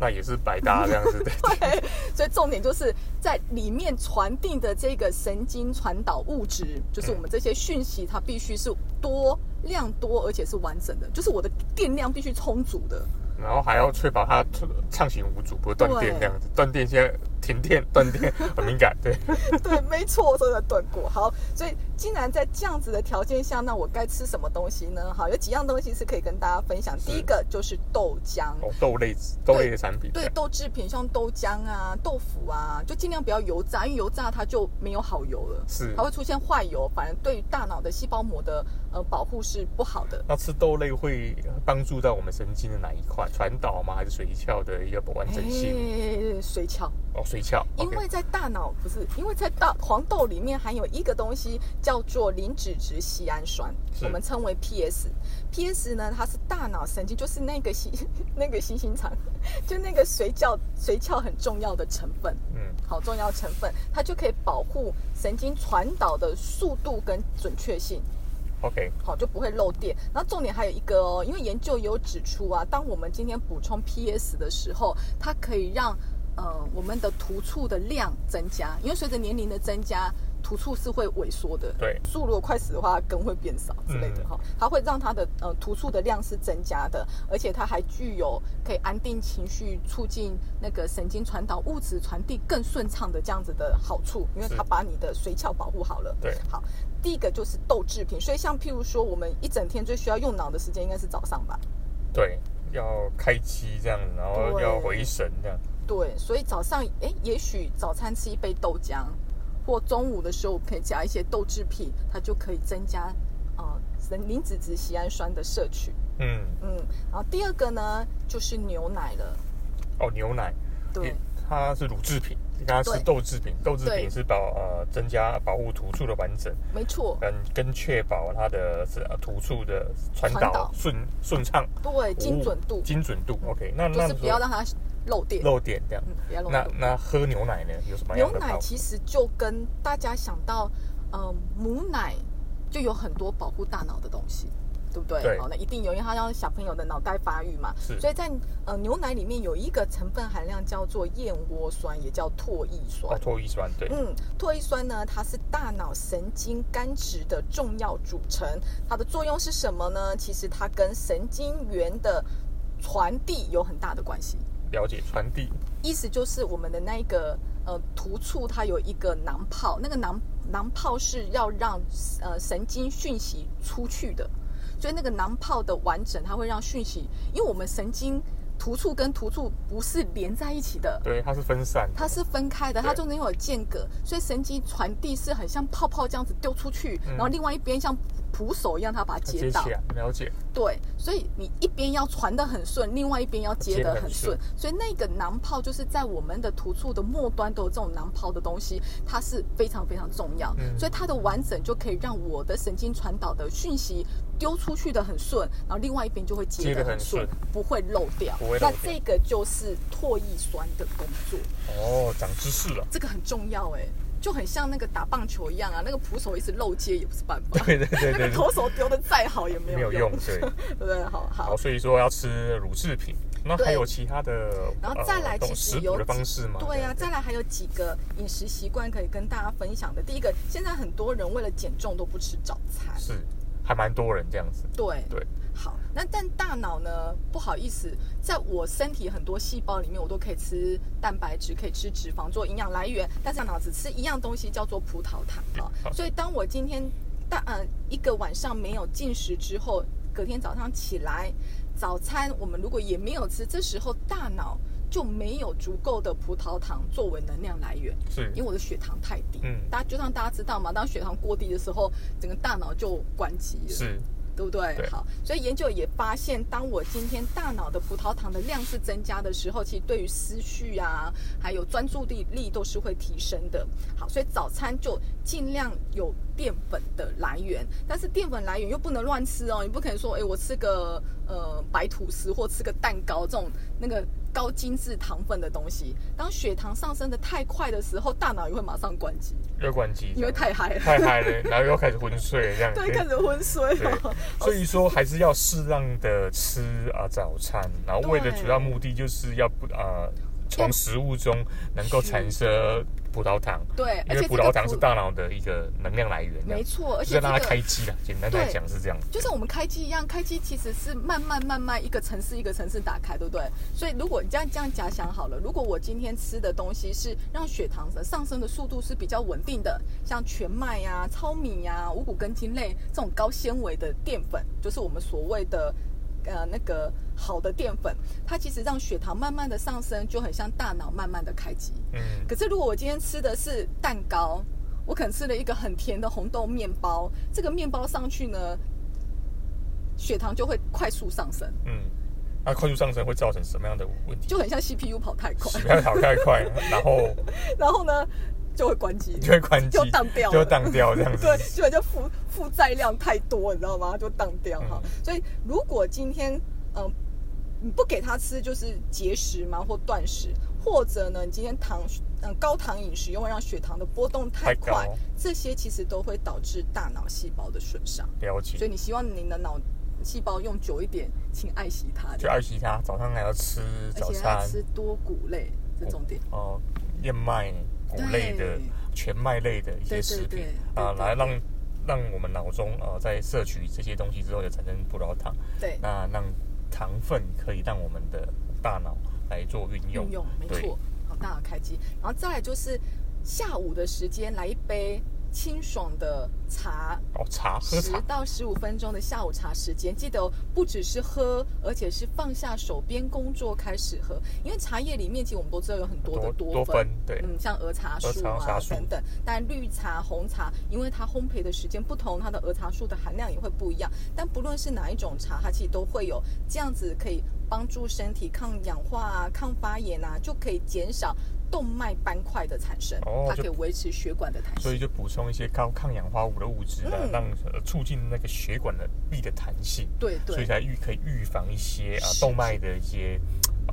Speaker 2: 那也是白搭这样子，对，
Speaker 1: 对，所以重点就是在里面传递的这个神经传导物质，就是我们这些讯息，它必须是多量多，而且是完整的，就是我的电量必须充足的。
Speaker 2: 然后还要确保它畅行无阻，不会断电这样子。断电现在停电断电 很敏感，对，
Speaker 1: 对，没错，真的炖过。好，所以竟然在这样子的条件下，那我该吃什么东西呢？好，有几样东西是可以跟大家分享。第一个就是豆浆，
Speaker 2: 哦，豆类豆类的产品，
Speaker 1: 对，豆制品，像豆浆啊、豆腐啊，就尽量不要油炸，因为油炸它就没有好油了，
Speaker 2: 是
Speaker 1: 它。会出现坏油，反而对大脑的细胞膜的呃保护是不好的。
Speaker 2: 那吃豆类会帮助到我们神经的哪一块？传导吗？还是髓鞘的一个完整性？
Speaker 1: 哎，水巧。
Speaker 2: 哦，髓鞘。
Speaker 1: 因
Speaker 2: OK
Speaker 1: 为在大脑不是，因为在大黄豆里面含有一个东西叫做磷脂质烯氨酸，
Speaker 2: 是
Speaker 1: 我们称为 PS。PS 呢，它是大脑神经，就是那个新 那个新心肠， 就那个髓鞘髓鞘很重要的成分，
Speaker 2: 嗯，
Speaker 1: 好重要成分，它就可以保护神经传导的速度跟准确性。
Speaker 2: OK，
Speaker 1: 好就不会漏电。然后重点还有一个哦，因为研究也有指出啊，当我们今天补充 PS 的时候，它可以让呃我们的突触的量增加，因为随着年龄的增加，突触是会萎缩的。
Speaker 2: 对，
Speaker 1: 树如果快死的话，根会变少之类的
Speaker 2: 嗯
Speaker 1: 哈、它会让它的呃突触的量是增加的，而且它还具有可以安定情绪、促进那个神经传导物质传递更顺畅的这样子的好处，因为
Speaker 2: 是
Speaker 1: 它把你的髓鞘保护好了。
Speaker 2: 对
Speaker 1: 好，第一个就是豆制品，所以像譬如说，我们一整天最需要用脑的时间应该是早上吧？
Speaker 2: 对，要开机这样，然后
Speaker 1: 对
Speaker 2: 要回神这样。
Speaker 1: 对，所以早上，诶，也许早餐吃一杯豆浆，或中午的时候可以加一些豆制品，它就可以增加呃磷磷脂质酰氨酸的摄取。
Speaker 2: 嗯，
Speaker 1: 嗯，然后第二个呢就是牛奶了，
Speaker 2: 哦，牛奶，
Speaker 1: 对
Speaker 2: 也，它是乳制品，它是
Speaker 1: 对
Speaker 2: 豆制品，豆制
Speaker 1: 对
Speaker 2: 品是保呃增加保护突触的完整，
Speaker 1: 没错，
Speaker 2: 跟跟确保它的是呃突触的传
Speaker 1: 传
Speaker 2: 导
Speaker 1: 导
Speaker 2: 顺顺畅、
Speaker 1: 对，精准度
Speaker 2: 精准度。OK，那
Speaker 1: 就
Speaker 2: 那
Speaker 1: 是不要让它漏电，
Speaker 2: 漏点这样。
Speaker 1: 嗯，不要漏
Speaker 2: 那
Speaker 1: 电。
Speaker 2: 那喝牛奶呢？有什么样
Speaker 1: 牛
Speaker 2: 的
Speaker 1: 奶
Speaker 2: 保护？
Speaker 1: 其实就跟大家想到，嗯，母奶就有很多保护大脑的东西，对不对？哦
Speaker 2: 对
Speaker 1: 好，那一定有，因为它让小朋友的脑袋发育嘛。
Speaker 2: 是
Speaker 1: 所以在呃牛奶里面有一个成分含量叫做燕窝酸，也叫唾液酸
Speaker 2: 哦，。唾液酸，对，
Speaker 1: 嗯，唾液酸呢，它是大脑神经苷值的重要组成。它的作用是什么呢？其实它跟神经元的传递有很大的关系。
Speaker 2: 了解传递。
Speaker 1: 意思就是我们的那一个呃突触，它有一个囊泡，那个囊囊泡是要让呃神经讯息出去的，所以那个囊泡的完整，它会让讯息，因为我们神经突触跟突触不是连在一起的。
Speaker 2: 对，它是分散的，
Speaker 1: 它是分开的，它
Speaker 2: 对
Speaker 1: 中间有间隔，所以神经传递是很像泡泡这样子丢出去，
Speaker 2: 嗯
Speaker 1: 然后另外一边像捕手一样，它把它
Speaker 2: 它
Speaker 1: 接
Speaker 2: 接
Speaker 1: 到
Speaker 2: 起。来，了解。
Speaker 1: 对，所以你一边要传得很顺，另外一边要接得很顺
Speaker 2: 接得很顺，
Speaker 1: 所以那个囊泡就是在我们的突触的末端都有这种囊泡的东西，它是非常非常重要，
Speaker 2: 嗯
Speaker 1: 所以它的完整就可以让我的神经传导的讯息丢出去的很顺，然后另外一边就会接
Speaker 2: 接
Speaker 1: 得
Speaker 2: 得
Speaker 1: 很
Speaker 2: 很
Speaker 1: 顺
Speaker 2: 顺，
Speaker 1: 不会漏掉。
Speaker 2: 不会漏
Speaker 1: 那
Speaker 2: 掉
Speaker 1: 这个就是唾液酸的工作，
Speaker 2: 哦，长知识 了。
Speaker 1: 这个很重要哎、就很像那个打棒球一样啊，那个捕手一直漏接也不是办法，
Speaker 2: 对对对
Speaker 1: 那个
Speaker 2: 对，
Speaker 1: 投手丢的再好也没
Speaker 2: 没有
Speaker 1: 有
Speaker 2: 用
Speaker 1: 用，，
Speaker 2: 对。
Speaker 1: 对不对？好 好
Speaker 2: 好，。所以说要吃乳制品，那
Speaker 1: 对
Speaker 2: 还有其他的，
Speaker 1: 然后再来
Speaker 2: 呃懂
Speaker 1: 其实
Speaker 2: 食
Speaker 1: 有
Speaker 2: 谱的
Speaker 1: 几
Speaker 2: 方式吗？
Speaker 1: 对啊呀、再来还有几个饮食习惯可以跟大家分享的。第一个，现在很多人为了减重都不吃早餐。
Speaker 2: 是还蛮多人这样子，
Speaker 1: 对，
Speaker 2: 对，
Speaker 1: 好，那但大脑呢？不好意思，在我身体很多细胞里面，我都可以吃蛋白质，可以吃脂肪做营养来源，但是大脑只吃一样东西，叫做葡萄糖啊、
Speaker 2: 好
Speaker 1: 所以当我嗯今天大呃一个晚上没有进食之后，隔天早上起来，早餐我们如果也没有吃，这时候大脑就没有足够的葡萄糖作为能量来源，
Speaker 2: 是
Speaker 1: 因为我的血糖太低。
Speaker 2: 嗯
Speaker 1: 大家就让大家知道嘛，当血糖过低的时候，整个大脑就关机了。
Speaker 2: 是
Speaker 1: 对不对？
Speaker 2: 对
Speaker 1: 好，所以研究也发现，当我今天大脑的葡萄糖的量是增加的时候，其实对于思绪啊，还有专注力力都是会提升的。好，所以早餐就尽量有淀粉的来源，但是淀粉来源又不能乱吃哦，你不可能说，哎，我吃个呃白吐司或吃个蛋糕这种那个。高精致糖分的东西，当血糖上升的太快的时候，大脑也会马上关机，
Speaker 2: 要关机，
Speaker 1: 因为太嗨了，
Speaker 2: 太嗨了，然后又开始昏睡这样 子。
Speaker 1: 对，开始哦昏睡
Speaker 2: 对
Speaker 1: 了。
Speaker 2: 所以说还是要适量的吃啊早餐，然后为的主要目的就是要不啊从食物中能够产生葡萄糖，
Speaker 1: 对，嗯而且
Speaker 2: 因为
Speaker 1: 这
Speaker 2: 葡
Speaker 1: 个
Speaker 2: 萄糖是
Speaker 1: 葡
Speaker 2: 大脑的一个能量来源，这样
Speaker 1: 没错，而
Speaker 2: 就
Speaker 1: 且
Speaker 2: 是
Speaker 1: 这
Speaker 2: 让它
Speaker 1: 个
Speaker 2: 开机啦。简单来
Speaker 1: 对
Speaker 2: 讲是这样，
Speaker 1: 就像我们开机一样，开机其实是慢慢慢慢一个城市一个城市打开，对不对？所以如果你这样这样假想好了，如果我今天吃的东西是让血糖的上升的速度是比较稳定的，像全麦呀、糙米呀、五谷根茎类这种高纤维的淀粉，就是我们所谓的呃那个好的淀粉，它其实让血糖慢慢的上升，就很像大脑慢慢的开机。
Speaker 2: 嗯，
Speaker 1: 可是如果我今天吃的是蛋糕，我可能吃了一个很甜的红豆面包，这个面包上去呢，血糖就会快速上升，
Speaker 2: 嗯，那快速上升会造成什么样的问题？
Speaker 1: 就很像 CPU 跑太快，
Speaker 2: 不要跑太快，然后
Speaker 1: 然后呢就会关机，
Speaker 2: 就会关机，
Speaker 1: 就荡掉了
Speaker 2: 就荡掉这样 子。
Speaker 1: 对，基本就负负载量太多，你知道吗？就当掉哈。
Speaker 2: 嗯
Speaker 1: 所以如果今天嗯、呃你不给他吃，就是节食嘛或断食，或者呢你今天糖嗯、高糖饮食，又会让血糖的波动太
Speaker 2: 太
Speaker 1: 快
Speaker 2: 高，
Speaker 1: 这些其实都会导致大脑细胞的损伤。
Speaker 2: 了解
Speaker 1: 所。以你希望你的脑细胞用久一点，请爱惜它，
Speaker 2: 就爱惜它，早上还要吃
Speaker 1: 而
Speaker 2: 早
Speaker 1: 且要
Speaker 2: 餐
Speaker 1: 吃多谷类，这重点。
Speaker 2: 哦，燕麦、谷类的
Speaker 1: 对、
Speaker 2: 全麦类的一些
Speaker 1: 对对
Speaker 2: 食
Speaker 1: 对
Speaker 2: 品
Speaker 1: 对
Speaker 2: 啊，
Speaker 1: 对
Speaker 2: 来
Speaker 1: 对
Speaker 2: 让让我们脑中呃在摄取这些东西之后，有产生葡萄糖，
Speaker 1: 对，
Speaker 2: 那让糖分可以让我们的大脑来做运用。
Speaker 1: 运用，没
Speaker 2: 对
Speaker 1: 错。好，大脑开机，然后再来就是下午的时间来一杯清爽的茶，
Speaker 2: 哦，茶喝
Speaker 1: 十
Speaker 2: 茶
Speaker 1: 到十五分钟的下午茶时间，记得、哦、不只是喝，而且是放下手边工作开始喝，因为茶叶里面其实我们都知道有很多的酚
Speaker 2: 多酚。，对，
Speaker 1: 嗯，像儿茶
Speaker 2: 儿
Speaker 1: 素
Speaker 2: 茶
Speaker 1: 啊
Speaker 2: 茶素
Speaker 1: 等等，但绿茶、红茶，因为它烘焙的时间不同，它的儿茶素的含量也会不一样。但不论是哪一种茶，它其实都会有这样子可以帮助身体抗氧化啊、抗发炎啊，就可以减少动脉斑块的产生，
Speaker 2: 哦
Speaker 1: 它
Speaker 2: 就
Speaker 1: 可以维持血管的弹
Speaker 2: 所
Speaker 1: 性
Speaker 2: 以。就补充一些高抗氧化物的物质呢，
Speaker 1: 嗯
Speaker 2: 让呃促进那个血管的壁的弹性。
Speaker 1: 对
Speaker 2: 所
Speaker 1: 对
Speaker 2: 以才预可以预防一些啊
Speaker 1: 是
Speaker 2: 动脉的一些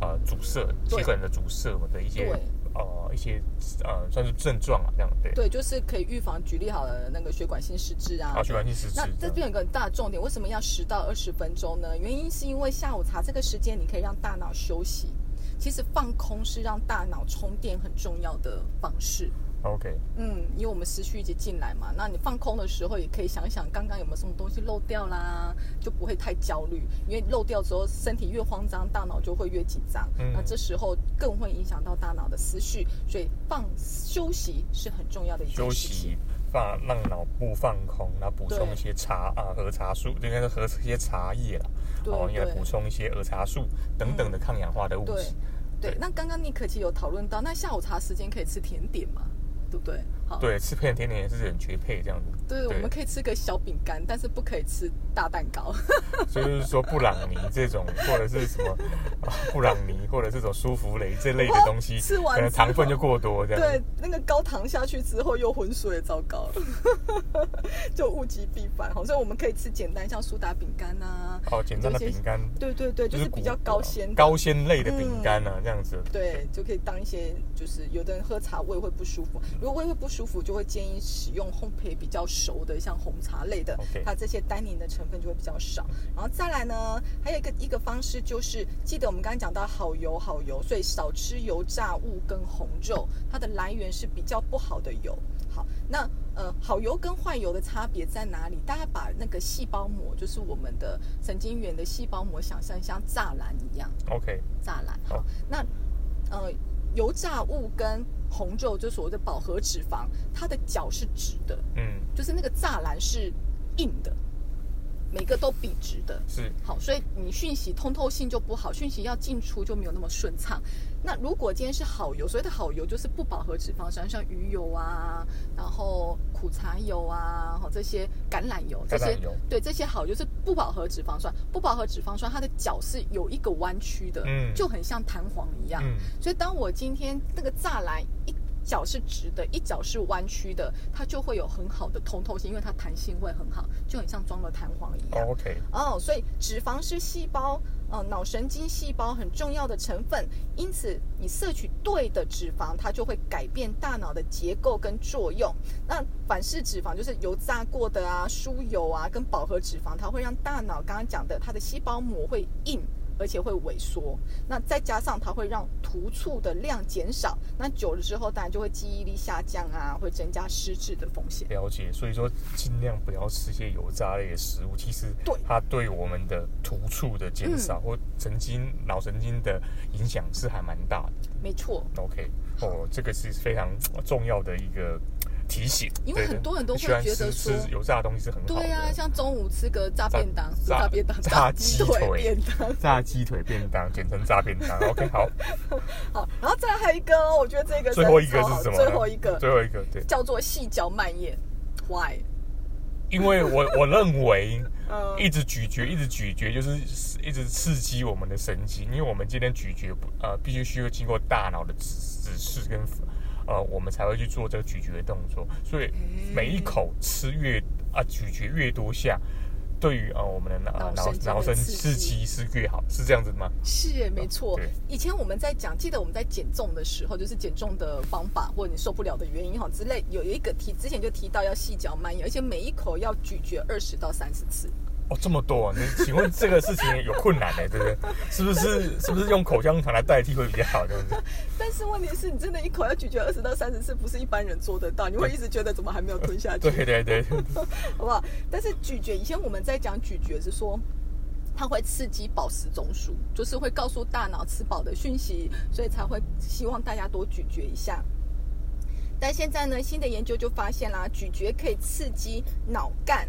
Speaker 2: 呃阻塞，
Speaker 1: 对
Speaker 2: 血管的阻塞的一些
Speaker 1: 对
Speaker 2: 呃一些呃算是症状啊，这样对。
Speaker 1: 对，就是可以预防。举例好了，那个血管性失智啊
Speaker 2: 啊，，血管性失智
Speaker 1: 那。这边有个很大的重点，为什么要十到二十分钟呢？原因是因为下午茶这个时间，你可以让大脑休息。其实放空是让大脑充电很重要的方式。
Speaker 2: OK，
Speaker 1: 嗯，因为我们思绪一直进来嘛，那你放空的时候也可以想想刚刚有没有什么东西漏掉啦，就不会太焦虑。因为漏掉之后，身体越慌张，大脑就会越紧张，
Speaker 2: 嗯
Speaker 1: 那这时候更会影响到大脑的思绪，所以放休息是很重要的一件
Speaker 2: 休
Speaker 1: 事情
Speaker 2: 息。放让脑部放空，然后补充
Speaker 1: 对
Speaker 2: 一些茶啊和茶素，应该是和一些茶叶啦，
Speaker 1: 对
Speaker 2: 哦，应该
Speaker 1: 对嗯
Speaker 2: 补充一些儿茶素等等的抗氧化的物
Speaker 1: 对嗯
Speaker 2: 质。
Speaker 1: 对
Speaker 2: 对，
Speaker 1: 那刚刚尼可其实有讨论到，那下午茶时间可以吃甜点嘛？对不对？好，
Speaker 2: 对，吃片甜点也是很绝配这样子。
Speaker 1: 对，我们可以吃个小饼干，但是不可以吃大蛋糕。
Speaker 2: 所以就是说布朗尼这种，或者是什么啊布朗尼，或者这种舒芙蕾这类的东西，
Speaker 1: 吃完
Speaker 2: 可能
Speaker 1: 之
Speaker 2: 糖分
Speaker 1: 后
Speaker 2: 就过多这 样。
Speaker 1: 对，那个高糖下去之后又浑水，糟糕了， 就物极必反。好，所以我们可以吃简单，像苏打饼干啊，
Speaker 2: 哦，简单的
Speaker 1: 有一些
Speaker 2: 饼干，
Speaker 1: 对对对，就是比较
Speaker 2: 谷
Speaker 1: 高纤的嗯
Speaker 2: 高纤类的饼干啊，这样子。
Speaker 1: 对，就可以当一些，就是有的人喝茶胃会不舒服，如果胃会不舒服，就会建议使用烘焙比较熟的，像红茶类的
Speaker 2: OK
Speaker 1: 它这些单宁的成分就会比较少。然后再来呢，还有一个一个方式就是，记得我们刚刚讲到好油好油，所以少吃油炸物跟红肉，它的来源是比较不好的油。好，那呃，好油跟坏油的差别在哪里？大家把那个细胞膜，就是我们的神经元的细胞膜，想象像栅栏一样。
Speaker 2: OK，
Speaker 1: 栅栏。
Speaker 2: 好
Speaker 1: 好，那呃，油炸物跟红肉，就所谓的饱和脂肪，它的角是直的，
Speaker 2: 嗯，
Speaker 1: 就是那个栅栏是硬的，每个都笔直的，
Speaker 2: 是
Speaker 1: 好，所以你讯息通透性就不好，讯息要进出就没有那么顺畅。那如果今天是好油，所谓的好油就是不饱和脂肪酸，像鱼油啊，然后苦茶油啊，好这些橄榄油，这些
Speaker 2: 橄榄油
Speaker 1: 对这些好油就是不饱和脂肪酸。不饱和脂肪酸它的脚是有一个弯曲的，
Speaker 2: 嗯
Speaker 1: 就很像弹簧一样。
Speaker 2: 嗯
Speaker 1: 所以当我今天那个栅栏一脚是直的，一脚是弯曲的，它就会有很好的通透性，因为它弹性会很好，就很像装了弹簧一样。
Speaker 2: ，OK，
Speaker 1: 哦，所以脂肪是细胞呃脑神经细胞很重要的成分，因此你摄取对的脂肪，它就会改变大脑的结构跟作用。那反式脂肪就是油炸过的啊、酥油啊，跟饱和脂肪，它会让大脑刚刚讲的它的细胞膜会硬。而且会萎缩，那再加上它会让突触的量减少，那久了之后，当然就会记忆力下降啊，会增加失智的风险。
Speaker 2: 了解。所以说，尽量不要吃一些油炸类的食物，其实
Speaker 1: 对嗯
Speaker 2: 它对我们的突触的减少、或神经脑神经的影响是还蛮大的。
Speaker 1: 没错，
Speaker 2: OK，哦，这个是非常重要的一个提醒，
Speaker 1: 因为
Speaker 2: 对
Speaker 1: 很多人都会
Speaker 2: 喜欢
Speaker 1: 觉得
Speaker 2: 吃吃
Speaker 1: 说
Speaker 2: 油炸的东西是很好的，
Speaker 1: 对啊，像中午吃个炸便当，不是
Speaker 2: 炸
Speaker 1: 炸便当，
Speaker 2: 炸 鸡
Speaker 1: 鸡腿
Speaker 2: 腿
Speaker 1: 便当。
Speaker 2: 炸鸡腿便 当，简称炸便当。OK，好，
Speaker 1: 好，然后再来还有一个哦，我觉得 这个
Speaker 2: 最后一
Speaker 1: 真的
Speaker 2: 个
Speaker 1: 超好
Speaker 2: 是什么呢？
Speaker 1: 最后一个
Speaker 2: 最后一个，对，
Speaker 1: 叫做细嚼慢咽，Why？
Speaker 2: 因为我我认为
Speaker 1: 嗯，
Speaker 2: 一直咀嚼，一直咀嚼，就是一直刺激我们的神经，因为我们今天咀嚼不呃，必须需要经过大脑的指指示跟呃，我们才会去做这个咀嚼的动作。所以
Speaker 1: 嗯
Speaker 2: 每一口吃越啊、咀嚼越多下，对于呃我们的
Speaker 1: 脑
Speaker 2: 脑脑
Speaker 1: 神经的
Speaker 2: 脑神
Speaker 1: 刺激
Speaker 2: 刺激是越好，是这样子吗？
Speaker 1: 是耶，没错
Speaker 2: 对。
Speaker 1: 以前我们在讲，记得我们在减重的时候，就是减重的方法或者你受不了的原因哈之类，有一个提之前就提到要细嚼慢咽，而且每一口要咀嚼二十到三十次。
Speaker 2: 哦，这么多、啊，你请问这个事情有困难呢、对不对？是不是是不是用口香糖来代替会比较好？这样子？
Speaker 1: 但是问题是你真的一口要咀嚼二十到三十次，不是一般人做得到，你会一直觉得怎么还没有吞下去
Speaker 2: 对。对对，
Speaker 1: 好不好？但是咀嚼，以前我们在讲咀嚼是说。它会刺激饱食中枢，就是会告诉大脑吃饱的讯息，所以才会希望大家多咀嚼一下。但现在呢，新的研究就发现啦，咀嚼可以刺激脑干，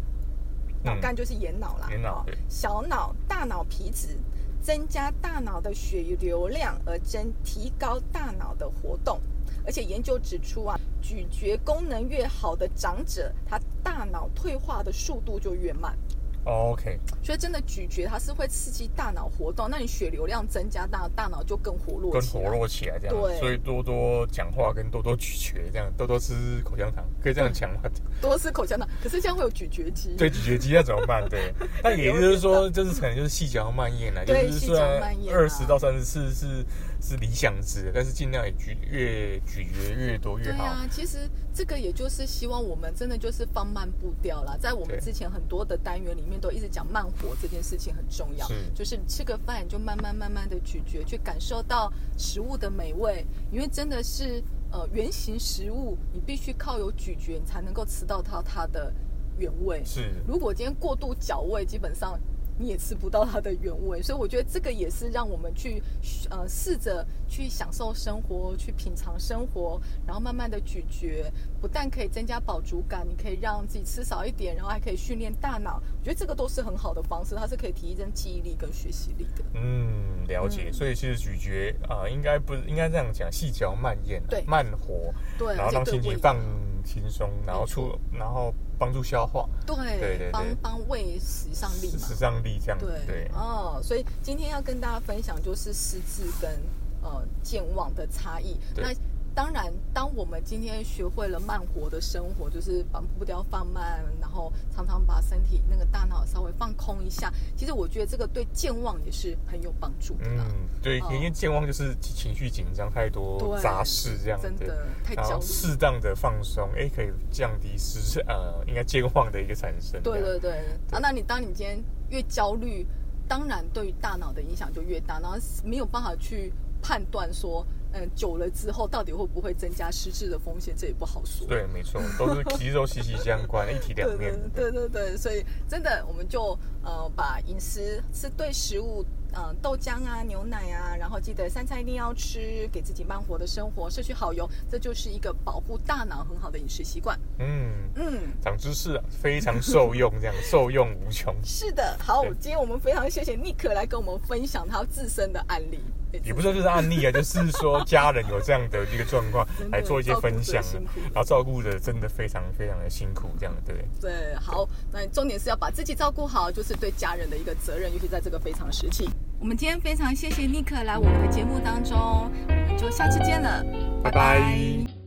Speaker 1: 脑干就是眼脑啦，
Speaker 2: 眼脑
Speaker 1: 哦
Speaker 2: 对
Speaker 1: 小脑、大脑皮质，增加大脑的血流量，而增提高大脑的活动。而且研究指出啊，咀嚼功能越好的长者，他大脑退化的速度就越慢。
Speaker 2: 哦 OK，
Speaker 1: 所以真的咀嚼它是会刺激大脑活动，那你血流量增加，大大脑就更活络
Speaker 2: 跟
Speaker 1: 起来
Speaker 2: 活络起来这样
Speaker 1: 对
Speaker 2: 子，所以多多讲话跟多多咀嚼这样，多多吃口香糖，可以这 样讲吗？
Speaker 1: 多吃口香糖，可是这样会有咀嚼肌。
Speaker 2: 对，咀嚼肌要怎么办？ 对，那也就是说，就是可能就是细嚼慢咽啦，就
Speaker 1: 对
Speaker 2: 是
Speaker 1: 细
Speaker 2: 虽
Speaker 1: 嚼
Speaker 2: 然
Speaker 1: 慢咽啊
Speaker 2: 二十到三十次是是理想值的，但是尽量也咀越咀嚼越多越
Speaker 1: 对
Speaker 2: 好。
Speaker 1: 啊，其实这个也就是希望我们真的就是放慢步调啦。在我们
Speaker 2: 对
Speaker 1: 之前很多的单元里面都一直讲慢活这件事情很重要
Speaker 2: 是，
Speaker 1: 就是吃个饭你就慢慢慢慢的咀嚼，去感受到食物的美味，因为真的是呃原型食物，你必须靠有咀嚼你才能够吃到它它的原味。
Speaker 2: 是，
Speaker 1: 如果今天过度搅味，基本上你也吃不到它的原味， 所以我觉得这个也是让我们去呃试着去享受生活，去品尝生活，然后慢慢的咀嚼，不但可以增加饱足感，你可以让自己吃少一点，然后还可以训练大脑，我觉得这个都是很好的方式，它是可以提升记忆力跟学习力的。
Speaker 2: 嗯，了解。
Speaker 1: 嗯
Speaker 2: 所以其实咀嚼啊、应该不应该这样讲，细嚼慢咽啊，
Speaker 1: 对
Speaker 2: 慢活，
Speaker 1: 对，
Speaker 2: 然
Speaker 1: 而
Speaker 2: 后让
Speaker 1: 且
Speaker 2: 啊
Speaker 1: 对
Speaker 2: 心情
Speaker 1: 胃
Speaker 2: 放轻松，然后
Speaker 1: 没错
Speaker 2: 出，然后帮助消化，
Speaker 1: 对
Speaker 2: 对对
Speaker 1: 帮
Speaker 2: 对
Speaker 1: 帮胃使上力
Speaker 2: 时
Speaker 1: 嘛
Speaker 2: 时。尚力这样子
Speaker 1: 对，
Speaker 2: 对。
Speaker 1: 哦，所以今天要跟大家分享就是失智跟呃健忘的差异。
Speaker 2: 对
Speaker 1: 那当然，当我们今天学会了慢活的生活，就是把步调放慢，然后常常把身体那个大脑稍微放空一下，其实我觉得这个对健忘也是很有帮助的啦。
Speaker 2: 嗯，对，
Speaker 1: 哦
Speaker 2: 因为健忘就是情绪紧张太多
Speaker 1: 对
Speaker 2: 杂事这样子
Speaker 1: 真，的太
Speaker 2: 然
Speaker 1: 焦
Speaker 2: 后
Speaker 1: 虑。
Speaker 2: 适当的放松，哎，可以降低失呃，应该健忘的一个产生。
Speaker 1: 对
Speaker 2: 这样
Speaker 1: 对对啊，那你当你今天越焦虑，当然对于大脑的影响就越大，然后没有办法去判断说嗯久了之后到底会不会增加失智的风险，这也不好说。
Speaker 2: 对，没错，都是肌肉息息相关，一体两面。
Speaker 1: 对对对对，所以真的我们就呃把饮食是对食物，呃豆浆啊、牛奶啊，然后记得三餐一定要吃，给自己慢活的生活，摄取好油，这就是一个保护大脑很好的饮食习惯。
Speaker 2: 嗯，
Speaker 1: 嗯。
Speaker 2: 长知识啊，非常受用， 这样受用无穷。
Speaker 1: 是的，好
Speaker 2: 对，
Speaker 1: 今天我们非常谢谢 Nick 来跟我们分享他自身的案例，
Speaker 2: 也不是说就是案例啊，就是说家人有这样的一个状况
Speaker 1: 真的
Speaker 2: 来做一些分享
Speaker 1: 照顾者
Speaker 2: 啊
Speaker 1: 辛苦，
Speaker 2: 然后照顾的真的非常非常的辛苦，这样对。
Speaker 1: 对，好，那重点是要把自己照顾好，就是对家人的一个责任，尤其在这个非常时期。我们今天非常谢谢尼克来我们的节目当中，我们就下次见了，
Speaker 2: 拜拜